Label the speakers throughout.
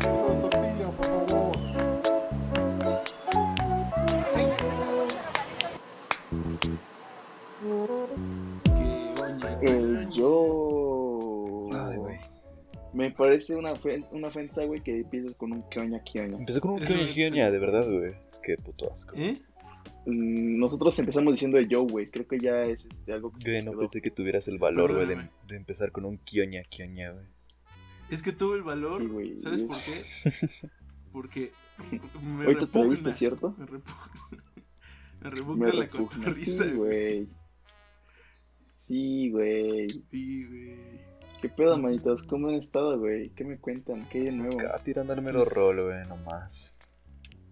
Speaker 1: tortilla, por favor.
Speaker 2: El Eh, yo. Me parece una, ofen- una ofensa, güey, que empieces con un kioña kioña.
Speaker 3: Empezó con un
Speaker 1: Es
Speaker 3: kioña
Speaker 1: lo-
Speaker 3: kioña, de verdad, güey. Qué puto asco.
Speaker 1: ¿Eh?
Speaker 2: Mm, Nosotros empezamos diciendo el yo, güey. Creo que ya es este, algo que. se
Speaker 3: Güey, no
Speaker 2: quedó.
Speaker 3: pensé que tuvieras el valor, güey, de,
Speaker 1: Perdóname.
Speaker 3: de empezar con un kioña kioña, güey.
Speaker 1: Es que tuve el valor.
Speaker 2: Sí, güey.
Speaker 1: ¿Sabes
Speaker 2: Es-
Speaker 1: por qué? Porque me
Speaker 2: Ahorita te
Speaker 1: repugna.
Speaker 2: viste, ¿cierto?
Speaker 1: Me repugna. Me repugna la cotorriza,
Speaker 2: Sí,
Speaker 1: güey.
Speaker 2: güey. Sí, güey.
Speaker 1: Sí, güey.
Speaker 2: ¿Qué pedo, manitos? ¿Cómo han estado, güey? ¿Qué me cuentan? ¿Qué hay de nuevo?
Speaker 3: Acá tirándome
Speaker 1: Pues,
Speaker 3: los rol, güey, nomás.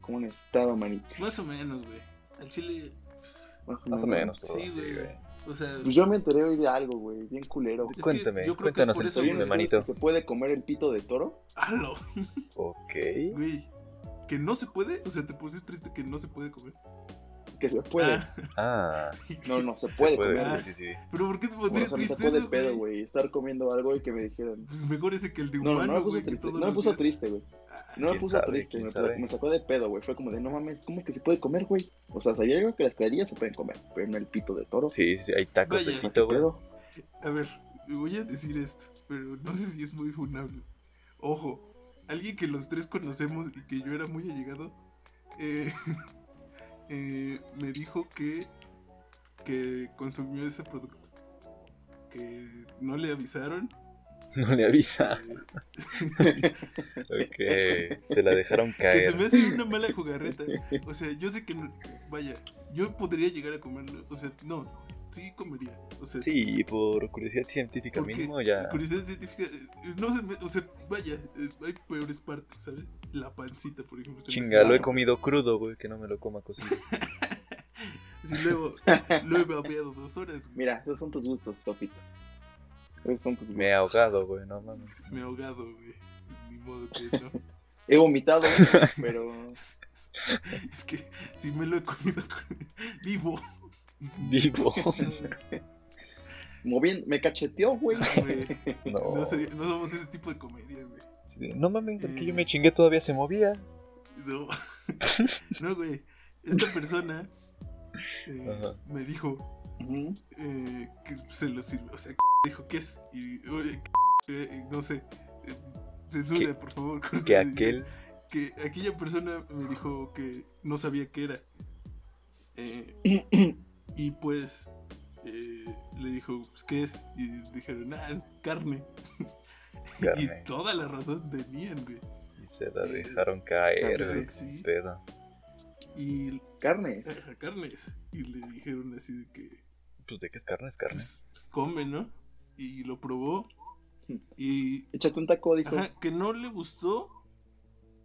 Speaker 2: ¿Cómo han estado, manitos?
Speaker 1: Más o menos, güey. Al chile, pues,
Speaker 2: Más o
Speaker 3: Más o menos, pero
Speaker 1: Sí,
Speaker 3: sí,
Speaker 1: güey.
Speaker 3: güey.
Speaker 1: o sea,
Speaker 2: Pues yo me enteré hoy de algo, güey. Bien culero.
Speaker 1: que
Speaker 3: Cuéntame,
Speaker 1: yo creo que es
Speaker 3: cuéntanos
Speaker 1: por
Speaker 3: el
Speaker 1: eso,
Speaker 3: chisme,
Speaker 1: güey.
Speaker 3: manito.
Speaker 2: que ¿Se puede comer el pito de toro?
Speaker 1: halo,
Speaker 3: Ok.
Speaker 1: güey. Que no se puede, o sea, te pusiste triste que no se puede comer.
Speaker 2: Que se puede.
Speaker 3: Ah,
Speaker 1: Ah,
Speaker 2: No, no, se puede
Speaker 3: se puede,
Speaker 2: comer.
Speaker 3: güey,
Speaker 1: comer.
Speaker 3: sí, sí.
Speaker 1: pero ¿por qué te
Speaker 2: Bueno,
Speaker 1: pondrías
Speaker 2: o sea, me
Speaker 1: triste
Speaker 2: sacó de
Speaker 1: eso,
Speaker 2: pedo,
Speaker 1: güey?
Speaker 2: güey. Estar comiendo algo y que me dijeran.
Speaker 1: Pues mejor ese que el de
Speaker 2: No, no, no me
Speaker 1: humano,
Speaker 2: puso
Speaker 1: güey, que
Speaker 2: triste.
Speaker 1: todo
Speaker 2: No me puso triste, güey. No me
Speaker 3: ¿Quién
Speaker 2: puso
Speaker 3: sabe?
Speaker 2: triste.
Speaker 3: ¿Quién
Speaker 2: Me,
Speaker 3: sabe?
Speaker 2: me sacó de pedo, güey. Fue como de, no mames, ¿cómo que se puede comer, güey? O sea, sabía yo que las clarillas se pueden comer, pero no el pito de toro.
Speaker 3: Sí, sí, hay tacos de
Speaker 1: Vaya.
Speaker 2: ¿Qué
Speaker 3: pito, güey.
Speaker 2: pedo?
Speaker 1: A ver, voy a decir esto, pero no sé si es muy funable. Ojo, alguien que los tres conocemos y que yo era muy allegado, eh, eh, me dijo que, que consumió ese producto. Que no le avisaron.
Speaker 3: No le avisa.
Speaker 1: eh,
Speaker 3: Ok, se la dejaron
Speaker 1: que se
Speaker 3: caer.
Speaker 1: me hace una mala jugarreta. O sea, yo sé que, no- vaya, yo podría llegar a comerlo. O sea, no, sí comería. O sea,
Speaker 3: Sí, por curiosidad científica
Speaker 1: Porque
Speaker 3: mínimo ya.
Speaker 1: la curiosidad científica, eh, no se me, o sea, vaya, eh, hay peores partes, ¿sabes? La pancita, por ejemplo. se me
Speaker 3: Chinga, lo he
Speaker 1: hace-
Speaker 3: comido crudo, güey, que no me lo coma cocido.
Speaker 1: Sí, luego, lo he babeado dos horas, güey,
Speaker 2: Mira, esos son tus gustos, papito. Esos son tus gustos.
Speaker 3: Me he ahogado, güey, no mames.
Speaker 1: me he ahogado, güey. Ni modo que no.
Speaker 2: He vomitado, pero.
Speaker 1: es que si me lo he comido con- vivo.
Speaker 3: Vivo.
Speaker 2: Moviendo, me cacheteó, güey.
Speaker 1: Ah, güey,
Speaker 3: No.
Speaker 1: no, sería- no somos ese tipo de comedia, güey.
Speaker 3: Sí, No mames, el que yo me chingué todavía se movía.
Speaker 1: No, no, güey. Esta persona eh,
Speaker 3: Ajá.
Speaker 1: me dijo,
Speaker 2: Ujú.
Speaker 1: eh, que se lo sirvió. O sea, dijo, ¿qué es? Y, oye, eh, no sé. eh, Censura,
Speaker 3: Que-
Speaker 1: por favor.
Speaker 3: Que
Speaker 1: corta el video.
Speaker 3: aquel.
Speaker 1: Que aquella persona me dijo que no sabía qué era. Eh, y pues eh, le dijo, "Pues, ¿qué es? Y dijeron, ah, es carne.
Speaker 3: Carne.
Speaker 1: Y toda la razón tenían, güey.
Speaker 3: Y se la dejaron caer,
Speaker 1: Claro
Speaker 3: güey.
Speaker 1: que sí.
Speaker 3: Pedo.
Speaker 1: Y
Speaker 2: Carne.
Speaker 1: ah, carnes. Y le dijeron así de que,
Speaker 3: Pues de qué es carne, es carne.
Speaker 1: pues, pues, come, ¿no? Y lo probó. Y
Speaker 2: Échate un taco, dijo.
Speaker 1: Ajá, que no le gustó.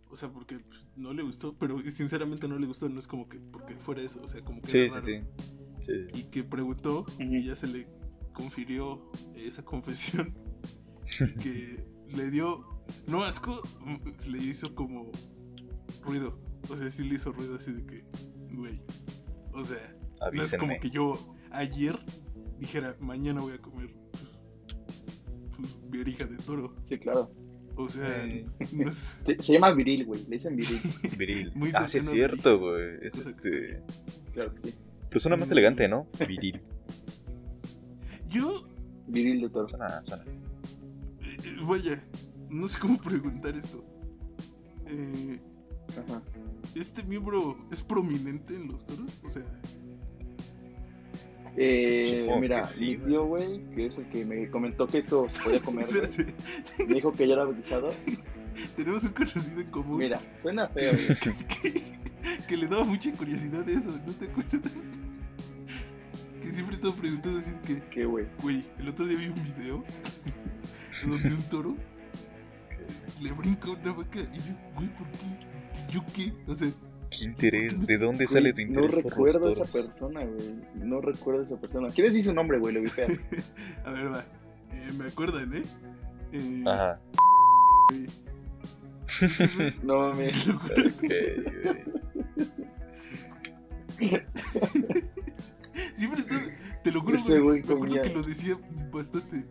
Speaker 1: O sea, porque pues, no le gustó, pero sinceramente no le gustó, no es como que porque fuera eso, o sea, como que
Speaker 3: Sí,
Speaker 1: era
Speaker 3: sí,
Speaker 1: raro.
Speaker 3: sí. Sí, sí.
Speaker 1: Y que preguntó y
Speaker 2: Ujú.
Speaker 1: ya se le confirió esa confesión y que le dio, no asco, mm, le hizo como ruido. O sea, sí le hizo ruido así de que, güey, o sea, no es como
Speaker 3: Avísenme.
Speaker 1: que yo ayer dijera, mañana voy a comer pues, verija de toro.
Speaker 2: Sí, claro.
Speaker 1: O sea,
Speaker 3: Eh.
Speaker 1: no es...
Speaker 2: Se, se llama viril, güey. Le dicen viril.
Speaker 3: Viril.
Speaker 1: Muy
Speaker 3: ah, sí, es
Speaker 1: cercano a
Speaker 3: cierto,
Speaker 1: viril.
Speaker 3: güey. Es
Speaker 1: Cosa que está
Speaker 3: este.
Speaker 2: Claro que sí.
Speaker 3: Pues suena más elegante, ¿no? Viril.
Speaker 1: Yo,
Speaker 2: Viril de toro.
Speaker 3: Suena, suena.
Speaker 1: eh, eh, vaya, no sé cómo preguntar esto. Eh,
Speaker 2: Ajá.
Speaker 1: ¿Este miembro es prominente en los toros? O sea,
Speaker 2: Eh,
Speaker 3: Supongo
Speaker 2: mira,
Speaker 3: que sí,
Speaker 2: mi tío, güey, que es el que me comentó que esto podía comer, güey,
Speaker 1: espérate,
Speaker 2: me dijo que ya era bautizado.
Speaker 1: tenemos un conocido en común
Speaker 2: Mira, suena feo, güey.
Speaker 1: que, que le daba mucha curiosidad de eso, ¿no te acuerdas? Que siempre estaba preguntando así de que,
Speaker 2: ¿Qué, güey?
Speaker 1: güey, el otro día vi un video donde un toro le brinca una vaca y yo, güey, ¿por qué? ¿Y ¿Yo qué? O sea,
Speaker 3: ¿Qué interés? ¿De dónde
Speaker 2: Güey,
Speaker 3: sale tu
Speaker 2: no
Speaker 3: interés? por los
Speaker 2: recuerdo a esa
Speaker 3: toros?
Speaker 2: persona, güey. No recuerdo a esa persona. ¿Quieres decir su nombre, güey? Lo viste.
Speaker 1: a ver, va, eh, me acuerdan, ¿eh? eh
Speaker 3: Ajá.
Speaker 2: No mames.
Speaker 1: Lo juro.
Speaker 3: Ok, güey.
Speaker 1: Siempre Te lo juro,
Speaker 2: Ese
Speaker 1: güey.
Speaker 2: güey
Speaker 1: Me acuerdo
Speaker 2: comía.
Speaker 1: que lo decía bastante.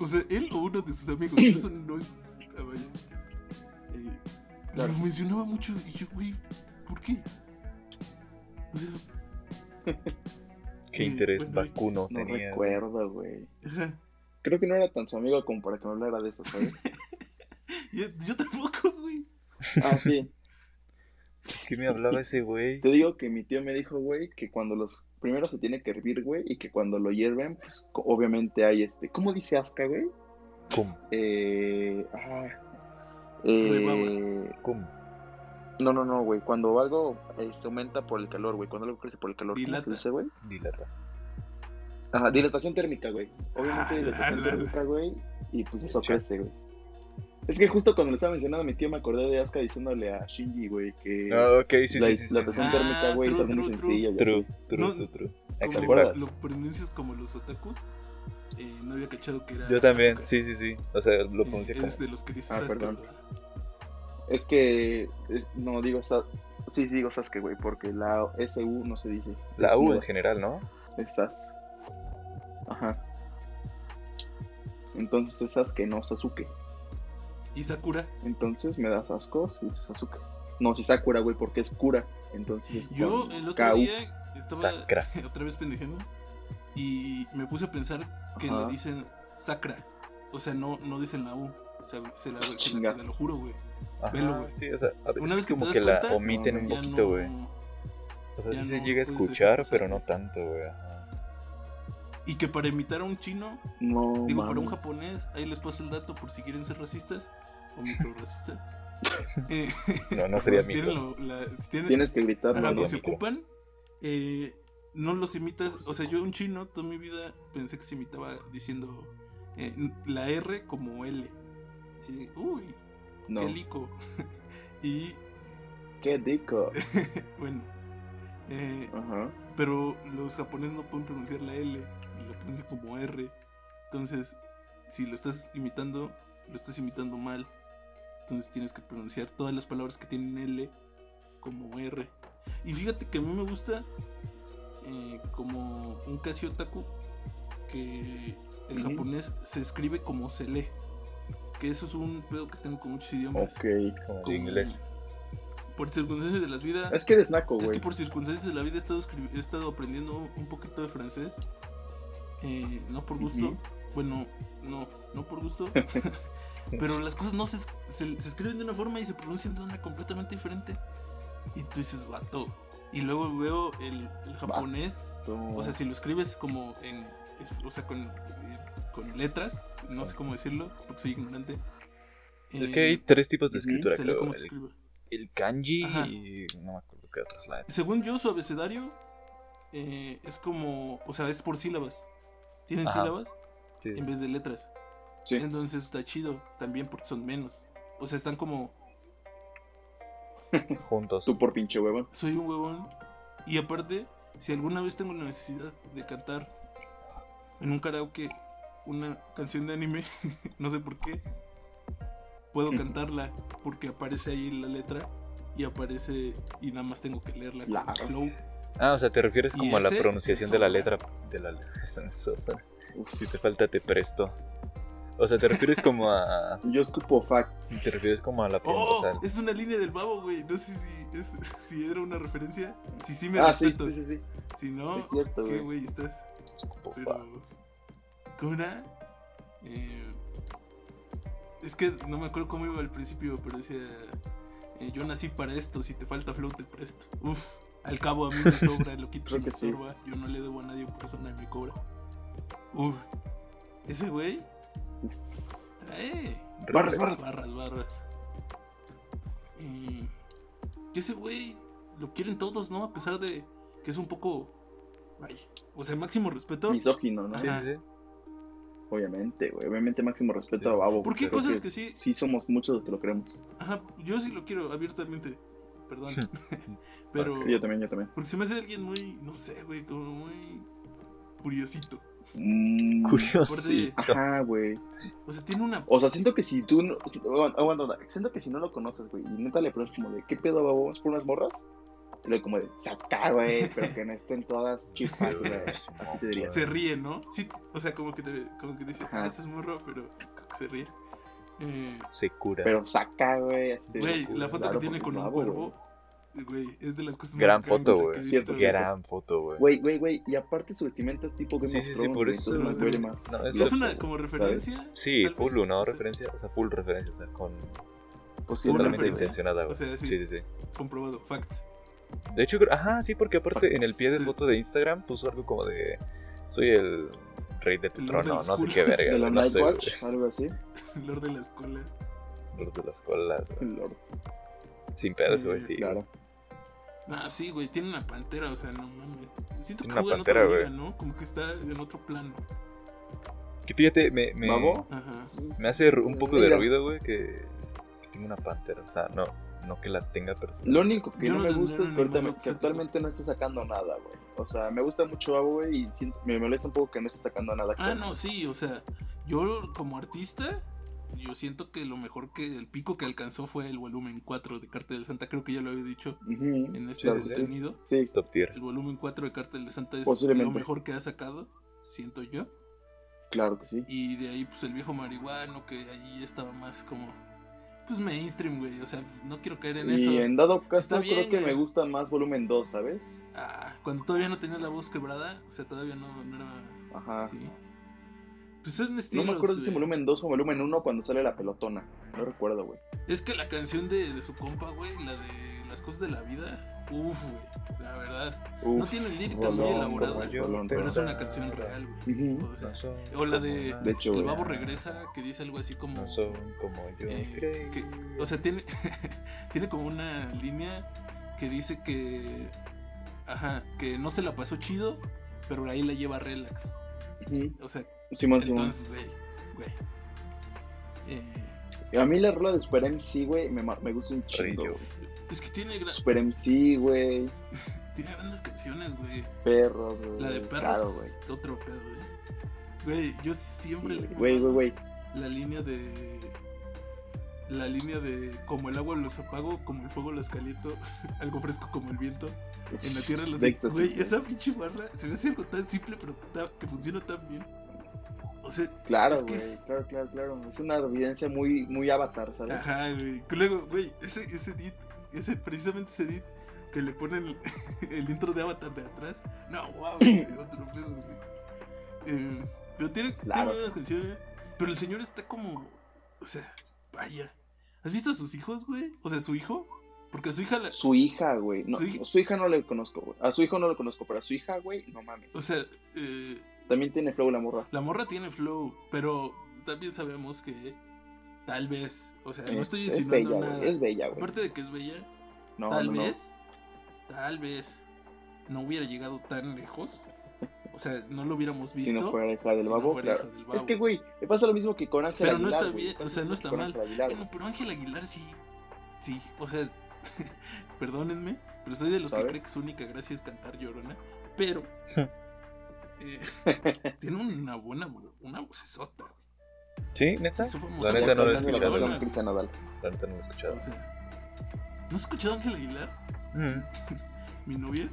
Speaker 1: O sea, él o uno de sus amigos. Eso no es. Ah, vaya. Eh,
Speaker 2: Claro.
Speaker 1: Lo mencionaba mucho. Y yo, güey, ¿por qué? O sea,
Speaker 3: ¿Qué
Speaker 1: Eh,
Speaker 3: interés
Speaker 1: bueno,
Speaker 3: vacuno
Speaker 2: No
Speaker 3: tenía?
Speaker 2: recuerdo, güey.
Speaker 1: ajá.
Speaker 2: Creo que no era tan su amigo como para que me hablara de eso, ¿sabes?
Speaker 1: Yo, yo tampoco, güey.
Speaker 2: Ah, sí.
Speaker 3: ¿Qué me hablaba ese güey?
Speaker 2: Te digo que mi tío me dijo, güey, que cuando los... Primero se tiene que hervir, güey, y que cuando lo hierven, pues co- obviamente hay este... ¿Cómo dice asca, güey?
Speaker 3: ¿Cómo?
Speaker 2: Eh... Ah,
Speaker 1: Rebaba.
Speaker 2: eh
Speaker 3: ¿Cómo?
Speaker 2: no, no, no, güey. Cuando algo eh, se aumenta por el calor, güey. Cuando algo crece por el calor, ¿cómo
Speaker 1: Dilata.
Speaker 2: se dice, güey?
Speaker 3: Dilata.
Speaker 2: Ajá, dilatación térmica, güey. Obviamente
Speaker 1: Ah, la,
Speaker 2: dilatación
Speaker 1: la.
Speaker 2: térmica, güey. Y pues eso
Speaker 3: Chale.
Speaker 2: crece, güey. Es que justo cuando le estaba mencionando a mi tío me acordé de Asuka diciéndole a Shinji, güey, que
Speaker 3: Ah, ok, sí,
Speaker 2: la
Speaker 3: sí, sí. sí.
Speaker 2: dilatación
Speaker 1: Ah,
Speaker 2: térmica, güey, es
Speaker 1: true,
Speaker 2: algo muy
Speaker 1: true, true.
Speaker 2: sencillo. ya
Speaker 3: True,
Speaker 2: sé.
Speaker 3: true,
Speaker 1: No,
Speaker 3: true, true. Hay que
Speaker 1: Como
Speaker 2: acuerdas?
Speaker 1: lo pronuncias como los otakus. Eh, no había cachado que era.
Speaker 3: Yo también,
Speaker 1: azúcar.
Speaker 3: sí, sí, sí. O sea, lo
Speaker 1: Eh,
Speaker 3: pronuncié como.
Speaker 1: eres de los que dices
Speaker 2: Ah,
Speaker 1: azúcar,
Speaker 2: perdón.
Speaker 1: ¿verdad?
Speaker 2: Es que, es- no digo, Sa- sí digo Sasuke, güey, porque la SU no se dice.
Speaker 3: La
Speaker 2: Es
Speaker 3: U en
Speaker 2: muda,
Speaker 3: general, ¿no?
Speaker 2: Es Sas. Ajá. Entonces es Sasuke, no Sasuke.
Speaker 1: Y Sakura.
Speaker 2: Entonces me das asco si es Sasuke. No, si Sakura, güey, porque es cura. Entonces es
Speaker 1: Yo
Speaker 2: con
Speaker 1: el otro
Speaker 2: K-U.
Speaker 1: día estaba
Speaker 3: Sacra.
Speaker 1: otra vez pendejando y me puse a pensar que
Speaker 2: Ajá.
Speaker 1: le dicen sacra. O sea, no, no dicen la U. O sea, se la, se la-
Speaker 2: Chinga.
Speaker 1: te lo juro, güey.
Speaker 3: Ajá,
Speaker 1: Velo, güey.
Speaker 3: Sí, o sea, a veces
Speaker 1: Una vez que te
Speaker 3: como
Speaker 1: das
Speaker 3: que la
Speaker 1: cuenta,
Speaker 3: omiten
Speaker 2: no,
Speaker 3: un
Speaker 2: ya
Speaker 1: Ya
Speaker 3: poquito,
Speaker 1: no-
Speaker 3: güey. O sea,
Speaker 1: ya
Speaker 3: sí se
Speaker 1: no
Speaker 3: llega a
Speaker 1: puedes dejar
Speaker 3: escuchar,
Speaker 1: pasar,
Speaker 3: pero no
Speaker 1: güey.
Speaker 3: tanto, güey. ajá.
Speaker 1: Y que para imitar a un chino,
Speaker 2: No,
Speaker 1: digo, para un
Speaker 2: mames.
Speaker 1: japonés, ahí les paso el dato por si quieren ser racistas o micro racistas. eh,
Speaker 3: No, no sería
Speaker 1: si
Speaker 3: micro.
Speaker 1: tienen lo- la- si tienen-
Speaker 2: Tienes que gritar,
Speaker 1: Ajá,
Speaker 3: Ajá,
Speaker 1: no
Speaker 3: no,
Speaker 1: se
Speaker 3: micro.
Speaker 1: ocupan. eh, no los imitas. O sea, yo un chino toda mi vida pensé que se imitaba diciendo eh, n- la R como L. Sí, uy,
Speaker 2: no.
Speaker 1: qué lico. y
Speaker 2: Qué dico.
Speaker 1: bueno, eh,
Speaker 2: Ajá.
Speaker 1: pero los japoneses no pueden pronunciar la L y lo pronuncian como R. Entonces, si lo estás imitando, lo estás imitando mal. Entonces tienes que pronunciar todas las palabras que tienen L como R. Y fíjate que a mí me gusta eh, como un casi otaku que el
Speaker 2: Ujú.
Speaker 1: japonés se escribe como se lee. Que eso es un pedo que tengo con muchos idiomas.
Speaker 2: Ok.
Speaker 3: Como de
Speaker 1: Como-
Speaker 3: inglés.
Speaker 1: Por circunstancias de las vidas.
Speaker 2: Es que eres naco,
Speaker 1: Es que
Speaker 2: güey.
Speaker 1: por circunstancias de la vida he estado, escri- he estado aprendiendo un poquito de francés. Eh, no por gusto.
Speaker 2: Ujú.
Speaker 1: Bueno, no, no por gusto. Pero las cosas no se, es- se- se escriben de una forma y se pronuncian de una completamente diferente. Y tú dices, vato. Y luego veo el, el japonés. O sea, si lo escribes como en. es- o sea, con, eh, con letras. No sé cómo decirlo, porque soy ignorante.
Speaker 3: Es
Speaker 1: Eh,
Speaker 3: que hay tres tipos de
Speaker 2: ujú,
Speaker 3: escritura,
Speaker 1: se lee
Speaker 3: creo.
Speaker 1: como se
Speaker 3: El,
Speaker 1: escribe.
Speaker 3: el kanji
Speaker 1: Ajá.
Speaker 3: y. No me acuerdo qué otras la
Speaker 1: Según yo, su abecedario eh, es como. O sea, es por sílabas. Tienen
Speaker 3: Ajá.
Speaker 1: sílabas
Speaker 3: Sí.
Speaker 1: en vez de letras.
Speaker 2: Sí.
Speaker 1: Entonces está chido también porque son menos. O sea, están como.
Speaker 3: Juntos.
Speaker 2: Tú por pinche huevón.
Speaker 1: Soy un huevón. Y aparte, si alguna vez tengo la necesidad de cantar en un karaoke una canción de anime, no sé por qué, puedo cantarla porque aparece ahí la letra y aparece. Y nada más tengo que leerla con
Speaker 2: Claro.
Speaker 1: flow.
Speaker 3: Ah, o sea, te refieres
Speaker 1: Y
Speaker 3: como a la
Speaker 1: ese
Speaker 3: pronunciación
Speaker 1: es
Speaker 3: de la
Speaker 1: sobra.
Speaker 3: letra. De la letra. Eso,
Speaker 2: Uf.
Speaker 3: Si te falta, te presto. O sea, te refieres como a.
Speaker 2: Yo escupo fac.
Speaker 3: Te refieres como a la
Speaker 1: Oh,
Speaker 3: pronunciación.
Speaker 1: es una línea del babo, güey. No sé si, es- si era una referencia. Si sí me
Speaker 2: Ah, sí,
Speaker 1: respeto.
Speaker 2: sí, sí, sí.
Speaker 1: Si no,
Speaker 2: Es cierto,
Speaker 1: qué
Speaker 2: güey.
Speaker 1: güey estás. Pero. Kuna. eh, es que no me acuerdo cómo iba al principio, pero decía. eh, yo nací para esto, si te falta flow te presto. Uf, al cabo a mí me sobra, lo quito
Speaker 2: Creo
Speaker 1: sin
Speaker 2: que sí.
Speaker 1: estorba. Yo no le debo a nadie por eso nadie me cobra. Uf, ese güey Eh, trae.
Speaker 2: Barras, barras.
Speaker 1: Barras, barras. Y que ese güey lo quieren todos, ¿no? A pesar de que es un poco. Ay, o sea, máximo respeto.
Speaker 2: Misógino, ¿no?
Speaker 1: Ajá.
Speaker 2: Obviamente, güey. Obviamente, máximo respeto
Speaker 3: Sí.
Speaker 2: a Babo.
Speaker 1: ¿Por qué
Speaker 2: pero
Speaker 1: cosas que sí?
Speaker 2: Sí, somos muchos los que lo creemos.
Speaker 1: Ajá, yo sí lo quiero abiertamente. Perdón. Pero.
Speaker 2: Yo también, yo también.
Speaker 1: Porque se me hace alguien muy. No sé, güey, como muy. Curiosito.
Speaker 2: Mm,
Speaker 1: Aparte,
Speaker 3: Curioso.
Speaker 2: Ajá, güey.
Speaker 1: o sea, tiene una.
Speaker 2: O sea, siento que si tú. No... aguanta, aguanta, aguanta. Siento que si no lo conoces, güey, y neta le preguntas como de qué pedo, babo, vas por unas morras. Y luego como de, saca, güey, pero que no estén todas chispas, güey. Así te diría.
Speaker 1: Se ríe, ¿no? Sí, o sea, como que te, como que te dice,
Speaker 2: Ajá.
Speaker 1: ah, estás morro, pero se ríe. Eh,
Speaker 3: Se cura.
Speaker 2: Pero saca, güey. así te
Speaker 1: güey,
Speaker 2: digo,
Speaker 1: la foto que
Speaker 2: claro,
Speaker 1: tiene con
Speaker 2: porque es
Speaker 1: un
Speaker 2: bravo,
Speaker 1: cuervo, güey, es de las cosas más
Speaker 3: Gran
Speaker 1: grandes
Speaker 3: foto,
Speaker 1: que he
Speaker 3: güey.
Speaker 1: visto,
Speaker 2: Cierto,
Speaker 1: güey.
Speaker 3: Gran foto, güey.
Speaker 2: Güey, güey, güey. Y aparte su vestimenta es tipo Game
Speaker 3: Sí,
Speaker 2: of
Speaker 3: sí, sí,
Speaker 2: Thrones,
Speaker 3: por
Speaker 2: güey,
Speaker 3: eso
Speaker 2: entonces
Speaker 1: lo
Speaker 2: me
Speaker 1: tengo.
Speaker 2: duele más.
Speaker 3: No,
Speaker 1: Y es
Speaker 3: lo-
Speaker 1: una como referencia.
Speaker 3: Sí,
Speaker 1: tal
Speaker 3: full,
Speaker 1: vez,
Speaker 3: ¿no?
Speaker 1: o sea,
Speaker 3: Referencia, o sea, full referencia, o sea, con
Speaker 2: Pues sí,
Speaker 1: Full
Speaker 3: totalmente
Speaker 1: referencia.
Speaker 3: intencionada, güey.
Speaker 1: O sea, sí.
Speaker 3: sí, sí, sí.
Speaker 1: Comprobado, facts.
Speaker 3: De hecho, creo- ajá, sí, porque aparte en el pie
Speaker 1: Pues,
Speaker 3: de foto de Instagram puso algo como de soy el rey de tu
Speaker 1: El Lord
Speaker 3: trono,
Speaker 1: del
Speaker 3: no sé
Speaker 1: Skull.
Speaker 3: qué verga,
Speaker 2: de la
Speaker 3: güey, no sé,
Speaker 2: Nightwatch, algo así.
Speaker 1: Lord de la escuela.
Speaker 3: güey. Lord de las colas, güey.
Speaker 2: Lord,
Speaker 3: sin pedos, güey,
Speaker 1: Sí,
Speaker 3: sí.
Speaker 2: claro.
Speaker 1: Ah, sí, güey, tiene una pantera, o sea, no mames. Siento
Speaker 3: Tiene
Speaker 1: que
Speaker 3: una
Speaker 1: juega en
Speaker 3: pantera,
Speaker 1: otra liga,
Speaker 3: güey.
Speaker 1: ¿no? Como que está en otro plano.
Speaker 3: Que fíjate, me, me,
Speaker 2: ¿Babo?
Speaker 1: Ajá.
Speaker 3: me hace ru- un poco de
Speaker 2: Mira.
Speaker 3: ruido, güey, que, que tengo una pantera, o sea, no, no que la tenga, pero...
Speaker 2: Lo único que
Speaker 1: Yo
Speaker 2: no,
Speaker 1: no
Speaker 2: me
Speaker 1: tendría
Speaker 2: gusta es que,
Speaker 1: un
Speaker 2: ahorita
Speaker 1: animal
Speaker 2: me- que actualmente no esté sacando nada, güey. O sea, me gusta mucho Babo, güey, y siento- me molesta un poco que no esté sacando nada.
Speaker 1: Ah,
Speaker 2: actualmente.
Speaker 1: no, sí, o sea, yo como artista, yo siento que lo mejor que el pico que alcanzó fue el volumen 4 de Cartel de Santa, creo que ya lo había dicho
Speaker 2: Ujú,
Speaker 1: en este
Speaker 2: claro que sí.
Speaker 1: contenido.
Speaker 2: Sí,
Speaker 3: Top tier.
Speaker 1: El volumen 4 de Cartel de Santa es
Speaker 2: Posiblemente.
Speaker 1: lo mejor que ha sacado, siento yo.
Speaker 2: claro que sí.
Speaker 1: Y de ahí, pues el viejo marihuano, que allí estaba más como, pues mainstream, güey. O sea, no quiero caer en eso.
Speaker 2: Y en dado
Speaker 1: Está
Speaker 2: caso,
Speaker 1: bien,
Speaker 2: creo que
Speaker 1: güey.
Speaker 2: me gusta más volumen 2, ¿sabes?
Speaker 1: Ah, cuando todavía no tenía la voz quebrada, o sea, todavía no, no era.
Speaker 2: Ajá.
Speaker 1: Sí. Pues son
Speaker 2: Ah. No
Speaker 1: estilos,
Speaker 2: me acuerdo si es
Speaker 1: güey.
Speaker 2: volumen 2 o volumen 1 cuando sale la pelotona. No recuerdo, güey.
Speaker 1: Es que la canción de, de su compa, güey, la de las cosas de la vida, uff, güey, la verdad.
Speaker 2: Uf, pues,
Speaker 1: no tiene lírica
Speaker 2: rolón,
Speaker 1: muy elaborada,
Speaker 2: rolón,
Speaker 3: yo,
Speaker 2: rolón,
Speaker 1: pero
Speaker 2: rolón.
Speaker 1: es una canción real, güey.
Speaker 2: Ujú.
Speaker 1: O, sea, o la de-
Speaker 2: De hecho,
Speaker 1: el
Speaker 2: güey.
Speaker 1: babo regresa, que dice algo así como.
Speaker 3: No son como yo
Speaker 1: eh,
Speaker 3: creí.
Speaker 1: que- o sea, tiene, tiene como una línea que dice que. Ajá, que no se la pasó chido, pero ahí la lleva relax.
Speaker 2: Ujú.
Speaker 1: O sea,
Speaker 2: Simón, Simón.
Speaker 1: entonces, güey, güey. Eh,
Speaker 2: A mí la rola de Super MC, güey, me, ma- me gusta un chingo.
Speaker 3: Rillo.
Speaker 2: güey.
Speaker 1: es que tiene, gra-
Speaker 2: Super MC, güey.
Speaker 1: tiene grandes canciones, güey.
Speaker 2: Perros, güey.
Speaker 1: La de perros
Speaker 2: Claro, güey.
Speaker 1: es otro pedo, güey. Güey, yo siempre le he
Speaker 2: Güey, güey,
Speaker 1: mamado
Speaker 2: güey.
Speaker 1: la línea de. La línea de como el agua los apago, como el fuego los caliento, algo fresco como el viento, en la tierra los.
Speaker 2: De éxtasis,
Speaker 1: Güey,
Speaker 2: güey.
Speaker 1: esa pinche barra se me hace algo tan simple, pero ta- que funciona tan bien. O sea,
Speaker 2: Claro,
Speaker 1: Es que
Speaker 2: güey.
Speaker 1: es-
Speaker 2: Claro, claro, claro. Es una evidencia muy, muy avatar, ¿sabes?
Speaker 1: ajá, güey. Luego, güey, ese, ese edit, ese, precisamente ese edit que le ponen el, el intro de Avatar de atrás. No, wow, güey, otro pedo, güey. Eh, pero tiene,
Speaker 2: Claro.
Speaker 1: tiene buenas canciones. Pero el señor está como. O sea, vaya. ¿Has visto a sus hijos, güey? O sea, su hijo. Porque a su hija la.
Speaker 2: Su hija, güey. No,
Speaker 1: Su
Speaker 2: su,
Speaker 1: hija-
Speaker 2: hija no le conozco, güey. A su hijo no le conozco, pero a su hija, güey, no mames.
Speaker 1: O sea, eh,
Speaker 2: También tiene flow la morra.
Speaker 1: la morra tiene flow. Pero también sabemos que. Tal vez. O sea, no
Speaker 2: Es-
Speaker 1: estoy
Speaker 2: es
Speaker 1: insinuando
Speaker 2: bella,
Speaker 1: nada.
Speaker 2: güey. Es bella, güey.
Speaker 1: Aparte de que es bella,
Speaker 2: No,
Speaker 1: tal
Speaker 2: no, no.
Speaker 1: vez, tal vez no hubiera llegado tan lejos. O sea, no lo hubiéramos
Speaker 2: Si
Speaker 1: visto.
Speaker 2: no fuera hija del
Speaker 1: si no
Speaker 2: babo,
Speaker 1: fuera
Speaker 2: claro.
Speaker 1: hija del babo.
Speaker 2: Es que, güey, me pasa lo mismo que con Ángel
Speaker 1: Pero no
Speaker 2: Aguilar,
Speaker 1: está
Speaker 2: güey.
Speaker 1: bien, o sea, no está
Speaker 2: Con
Speaker 1: mal.
Speaker 2: Ángel Aguilar,
Speaker 1: Bueno, pero Ángel Aguilar sí, sí. O sea, perdónenme, pero soy de los que
Speaker 2: ¿Sabe?
Speaker 1: cree que su única gracia es cantar llorona. Pero eh, tiene una buena, vo- una vocesota. güey.
Speaker 3: ¿Sí? ¿Neta?
Speaker 1: Se hizo famosa
Speaker 3: La
Speaker 1: por
Speaker 3: neta no lo he
Speaker 1: cantar
Speaker 3: escuchado.
Speaker 2: Cantando la
Speaker 1: llorona.
Speaker 2: canción Cristian Nadal.
Speaker 3: La neta no lo he escuchado.
Speaker 1: O sea, ¿no has escuchado a Ángel Aguilar?
Speaker 3: Mm.
Speaker 1: Mi novia.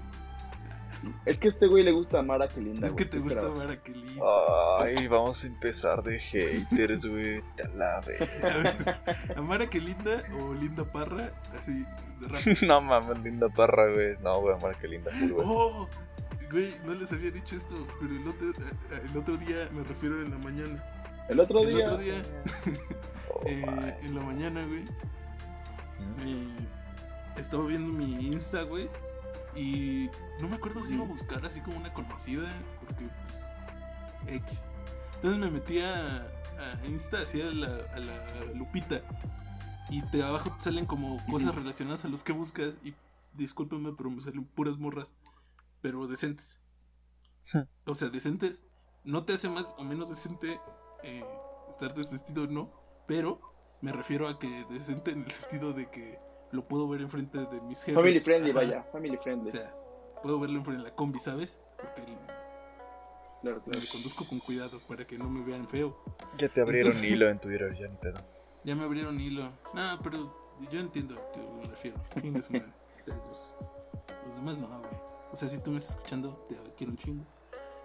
Speaker 2: Es que este güey le gusta a Mara que linda.
Speaker 1: Es que
Speaker 2: güey,
Speaker 1: te
Speaker 2: ¿qué
Speaker 1: gusta
Speaker 2: esperabas? Oh.
Speaker 1: ver a Kelly.
Speaker 3: Ay, vamos a empezar de haters, güey. Te la verga.
Speaker 1: A ver, Amara que linda o linda parra, así de rápido.
Speaker 3: No mames, linda parra, güey. No, güey, amor, qué linda, full, güey.
Speaker 1: Oh, güey, no les había dicho esto, pero el otro, a- a- el otro día, me refiero en la mañana.
Speaker 2: El otro
Speaker 1: El
Speaker 2: día.
Speaker 1: otro día,
Speaker 3: Oh, my.
Speaker 1: eh, en la mañana, güey,
Speaker 3: Mm.
Speaker 1: eh, estaba viendo mi Insta, güey, y no me acuerdo si iba a buscar así como una conocida, porque pues, X. Entonces me metí a, a Insta, hacia la, a la Lupita. Y te abajo te salen como cosas
Speaker 2: Ujú.
Speaker 1: relacionadas a los que buscas. Y discúlpame, pero me salen puras morras. Pero decentes.
Speaker 3: Sí.
Speaker 1: O sea, decentes. No te hace más o menos decente eh, estar desvestido, no. Pero me refiero a que decente en el sentido de que lo puedo ver enfrente de mis jefes.
Speaker 2: Family friendly,
Speaker 1: pues, Ajá.
Speaker 2: vaya. Family
Speaker 1: O
Speaker 2: friendly.
Speaker 1: sea, puedo verlo enfrente de la combi, ¿sabes? Porque
Speaker 2: Claro, claro.
Speaker 1: me conduzco con cuidado para que no me vean feo.
Speaker 3: Ya te abrieron
Speaker 1: entonces-
Speaker 3: hilo en Twitter, ya ni pedo.
Speaker 1: Ya me abrieron hilo. No, pero yo entiendo a qué me refiero. Chingue su madre. Ustedes dos. Los los demás no, güey. O sea, si tú me estás escuchando, te quiero un chingo.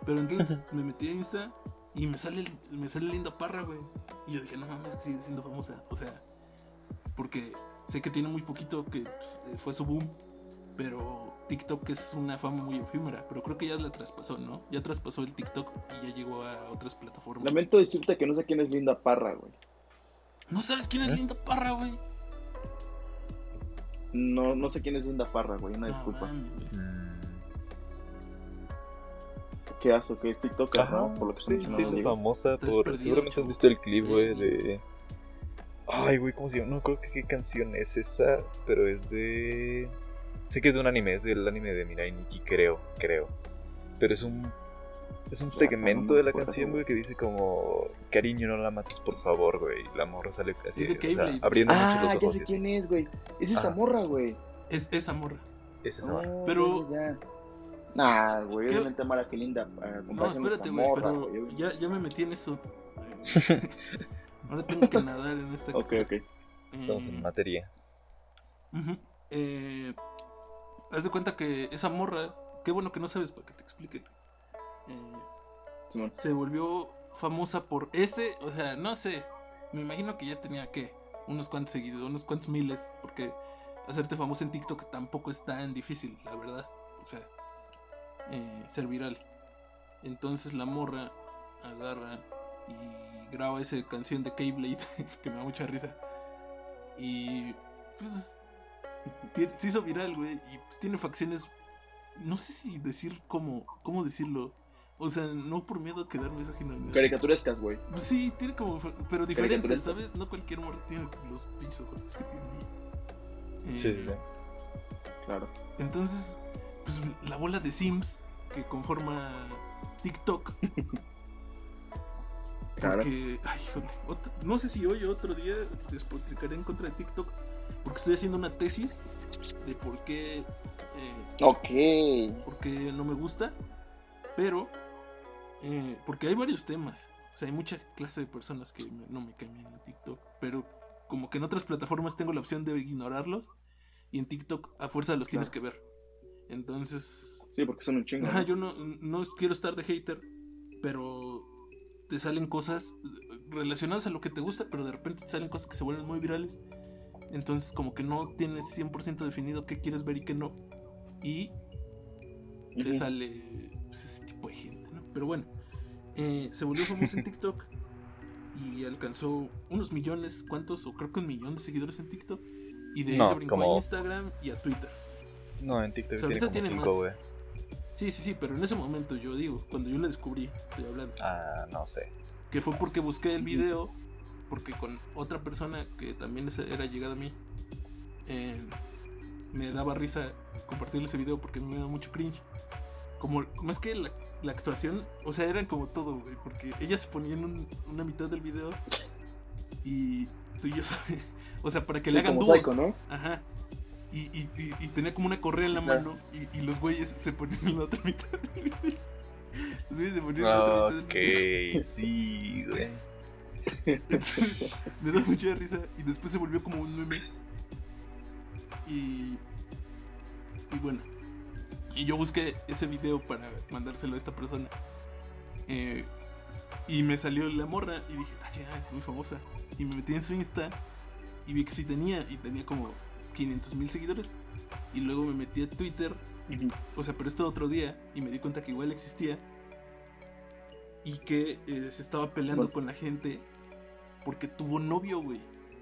Speaker 1: Pero entonces me metí a Insta y me sale, me sale Linda Parra, güey. Y yo dije, no mames, que sigue siendo famosa. O sea, porque sé que tiene muy poquito, que pues, fue su boom. Pero TikTok es una fama muy efímera. Pero creo que ya la traspasó, ¿no? Ya traspasó el TikTok y ya llegó a otras plataformas.
Speaker 2: Lamento decirte que no sé quién es Linda Parra, güey.
Speaker 1: ¿No sabes quién
Speaker 2: ¿Eh?
Speaker 1: es Linda Parra, güey?
Speaker 2: No, no sé quién es Linda Parra, güey. Una
Speaker 1: No,
Speaker 2: disculpa.
Speaker 1: mames, güey.
Speaker 3: Mm.
Speaker 2: ¿Qué hace? ¿Qué es TikTok?
Speaker 3: Ajá,
Speaker 2: ¿no? Por lo que
Speaker 3: sí,
Speaker 2: estoy
Speaker 1: no,
Speaker 3: sí,
Speaker 2: diciendo.
Speaker 3: es
Speaker 1: digo.
Speaker 3: famosa
Speaker 1: Estás
Speaker 3: por...
Speaker 1: perdido,
Speaker 3: Seguramente
Speaker 1: chavo.
Speaker 3: has visto el clip, güey, de... Ay, güey, ¿cómo se llama? No creo que qué canción es esa, pero es de... Sé que es de un anime, es del anime de Mirai Nikki, creo, creo. Pero es un... Es un
Speaker 2: Guau, no
Speaker 3: segmento
Speaker 2: me
Speaker 3: de la
Speaker 2: acuerdo,
Speaker 3: canción,
Speaker 2: güey.
Speaker 3: güey, que dice como... Cariño, no la mates, por favor, güey. La morra sale así,
Speaker 1: Dice
Speaker 3: o
Speaker 1: Keyblade,
Speaker 3: sea,
Speaker 1: güey.
Speaker 3: abriendo mucho
Speaker 2: Ah,
Speaker 3: los
Speaker 2: ya
Speaker 3: ojos.
Speaker 2: sé quién es, güey. Es esa
Speaker 3: Ajá.
Speaker 2: morra, güey.
Speaker 1: Es esa morra.
Speaker 3: Es esa morra.
Speaker 2: Ah,
Speaker 1: Pero-
Speaker 2: güey, ya. Nah, güey,
Speaker 1: Creo-
Speaker 2: obviamente Mara que linda. eh,
Speaker 1: No,
Speaker 2: comparación con
Speaker 1: espérate,
Speaker 2: esta
Speaker 1: güey,
Speaker 2: morra,
Speaker 1: pero
Speaker 2: güey.
Speaker 1: ya, ya me metí en eso. Eh, Ahora tengo que nadar en esta.
Speaker 2: Ok, ok.
Speaker 1: Eh,
Speaker 3: Estamos en materia.
Speaker 1: ujú. Eh, haz de cuenta que esa morra, qué bueno que no sabes para que te explique. Eh,
Speaker 2: Simón.
Speaker 1: se volvió famosa por ese, o sea, no sé. Me imagino que ya tenía que unos cuantos seguidores, unos cuantos miles, porque hacerte famoso en TikTok tampoco es tan difícil, la verdad. O sea, eh, ser viral. Entonces la morra agarra y graba esa canción de Keyblade, que me da mucha risa. Y pues ti- se hizo viral, güey, y pues, tiene facciones, no sé si decir cómo, cómo decirlo. O sea, no por miedo a quedar misógino. ni nada.
Speaker 2: Caricaturescas, güey.
Speaker 1: Pues sí, tiene como. fa- Pero diferente,
Speaker 2: Caricaturesco.
Speaker 1: ¿sabes? No cualquier morro tiene los pinches ojotes que tiene. ahí. Eh,
Speaker 3: Sí, sí, sí.
Speaker 2: Claro.
Speaker 1: Entonces, pues la bola de Sims que conforma TikTok.
Speaker 2: Claro.
Speaker 1: Porque, ay, híjole, ot- no sé si hoy o otro día despotricaré en contra de TikTok. Porque estoy haciendo una tesis de por qué. eh,
Speaker 2: Ok.
Speaker 1: porque no me gusta, pero eh, porque hay varios temas. O sea, hay mucha clase de personas que me- no me caen bien en TikTok, pero como que en otras plataformas tengo la opción de ignorarlos y en TikTok a fuerza los tienes que ver. Entonces,
Speaker 2: Sí, porque son un chingo.
Speaker 1: ajá,
Speaker 2: ¿no?
Speaker 1: yo no, no quiero estar de hater, pero te salen cosas eh, relacionadas a lo que te gusta, pero de repente te salen cosas que se vuelven muy virales. Entonces, como que no tienes 100% definido qué quieres ver y qué no. Y te
Speaker 2: Ujú.
Speaker 1: sale pues, ese tipo de gente, ¿no? Pero bueno, eh, se volvió famoso en TikTok y alcanzó unos millones, ¿cuántos? O creo que un millón de seguidores en TikTok. Y de ahí
Speaker 3: No,
Speaker 1: se brincó
Speaker 3: como-
Speaker 1: a Instagram y a Twitter.
Speaker 3: No, en TikTok
Speaker 1: O sea,
Speaker 3: tiene
Speaker 1: ahorita
Speaker 3: como
Speaker 1: tiene
Speaker 3: 5,
Speaker 1: más.
Speaker 3: güey.
Speaker 1: Sí, sí, sí, pero en ese momento yo digo, cuando yo la descubrí, estoy hablando,
Speaker 3: Ah, no sé.
Speaker 1: que fue porque busqué el video, porque con otra persona que también es- era llegada a mí, eh, me daba risa compartir ese video porque me da mucho cringe. Como, más que la, la actuación, o sea, eran como todo, güey, porque ella se ponía en un- una mitad del video y tú y yo, sabe- o sea, para que
Speaker 2: Sí,
Speaker 1: le hagan
Speaker 2: como
Speaker 1: dúos.
Speaker 2: Psycho, ¿no?
Speaker 1: Ajá. Y, y, y, y tenía como una correa en la
Speaker 2: Sí, claro.
Speaker 1: mano y, y los güeyes se ponían en la otra mitad del video. Los güeyes se ponían en la otra mitad del
Speaker 3: Ok,
Speaker 1: video.
Speaker 3: sí, güey.
Speaker 1: Entonces, me da mucha risa y después se volvió como un meme. Y. Y bueno. Y yo busqué ese video para mandárselo a esta persona. Eh, y me salió la morra y dije, ah, ya, es muy famosa. Y me metí en su Insta y vi que sí tenía, y tenía como 500 mil seguidores. Y luego me metí a Twitter
Speaker 2: Ujú.
Speaker 1: o sea, pero esto otro día y me di cuenta que igual existía y que eh, se estaba peleando
Speaker 2: Bueno.
Speaker 1: con la gente porque tuvo novio, güey.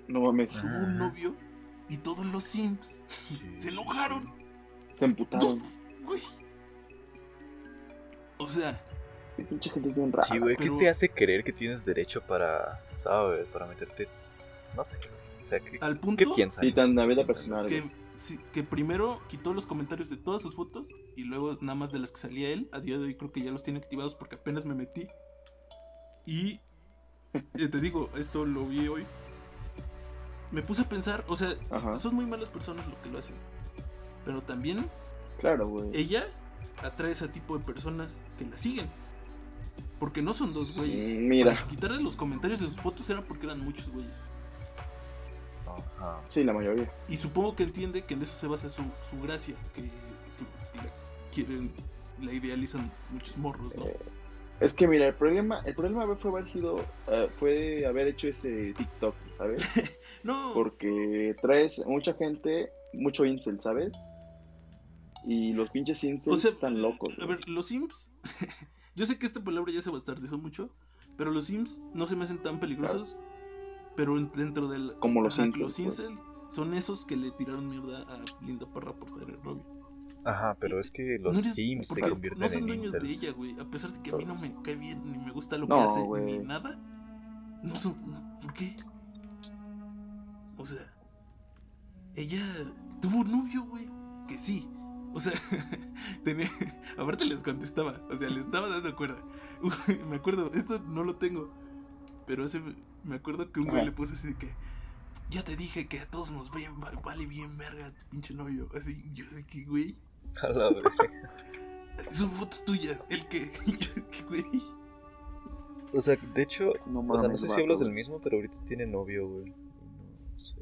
Speaker 2: No mames.
Speaker 1: Tuvo
Speaker 3: Ajá.
Speaker 1: un novio y todos los Sims se enojaron.
Speaker 2: Se
Speaker 1: Dos,
Speaker 2: emputaron.
Speaker 1: güey. O sea,
Speaker 2: Sí, pinche gente es bien rara.
Speaker 3: Sí, güey, ¿qué
Speaker 1: Pero-
Speaker 3: te hace creer que tienes derecho para, sabes, para meterte? No sé, güey. o sea, ¿qué,
Speaker 1: al
Speaker 3: qué
Speaker 1: punto
Speaker 3: piensan?
Speaker 2: Y tan la vida personal, güey.
Speaker 1: que, sí, que primero quitó los comentarios de todas sus fotos y luego nada más de las que salía él. A día de hoy creo que ya los tiene activados porque apenas me metí. Y eh, te digo, esto lo vi hoy. Me puse a pensar, o sea,
Speaker 2: Ajá.
Speaker 1: son muy malas personas lo que lo hacen. Pero también
Speaker 2: Claro, güey.
Speaker 1: ella atrae ese tipo de personas que la siguen. Porque no son dos güeyes.
Speaker 2: Mm, Mira.
Speaker 1: Para quitarle los comentarios de sus fotos era porque eran muchos güeyes.
Speaker 3: Ajá.
Speaker 2: Sí, la mayoría.
Speaker 1: Y supongo que entiende que en eso se basa su, su gracia, que, que quieren, la idealizan muchos morros, ¿no?
Speaker 2: Eh, es que mira, el problema, el problema fue haber sido, eh, fue haber hecho ese TikTok, ¿sabes?
Speaker 1: no,
Speaker 2: Porque traes mucha gente, mucho incel, ¿sabes? Y los pinches incels están locos.
Speaker 1: A
Speaker 2: güey.
Speaker 1: ver, los Sims. yo sé que esta palabra ya se bastardizó mucho, pero los Sims no se me hacen tan peligrosos. Pero en- dentro del.
Speaker 2: Como los
Speaker 1: Ajá,
Speaker 2: incels,
Speaker 1: Los
Speaker 2: pues.
Speaker 1: incel son esos que le tiraron mierda a Linda Parra por ser el novio.
Speaker 3: Ajá, pero es que los
Speaker 1: No eres-
Speaker 3: Sims se
Speaker 1: porque
Speaker 3: convierten
Speaker 1: No son
Speaker 3: en
Speaker 1: dueños de
Speaker 3: incels.
Speaker 1: ella, güey. A pesar de que a mí no me cae bien, ni me gusta lo que
Speaker 2: No,
Speaker 1: hace, ni
Speaker 2: güey.
Speaker 1: nada. No son. no, ¿Por qué? O sea. Ella tuvo un novio, güey. Que sí. O sea, tenía. Aparte les contestaba. O sea, les estaba dando cuerda. Uy, me acuerdo, esto no lo tengo. Pero hace. Me acuerdo que un güey
Speaker 2: Ajá.
Speaker 1: le puso así de que. Ya te dije que a todos nos ven- va- vale bien verga tu pinche novio. Así, y yo de que, güey.
Speaker 3: A la verga.
Speaker 1: Son fotos tuyas, el que. yo- que, güey.
Speaker 3: O sea, de hecho,
Speaker 2: No
Speaker 3: o sea,
Speaker 2: mames,
Speaker 3: no sé si
Speaker 2: vato,
Speaker 3: hablas del
Speaker 2: güey.
Speaker 3: mismo, pero ahorita tiene novio, güey. No sé.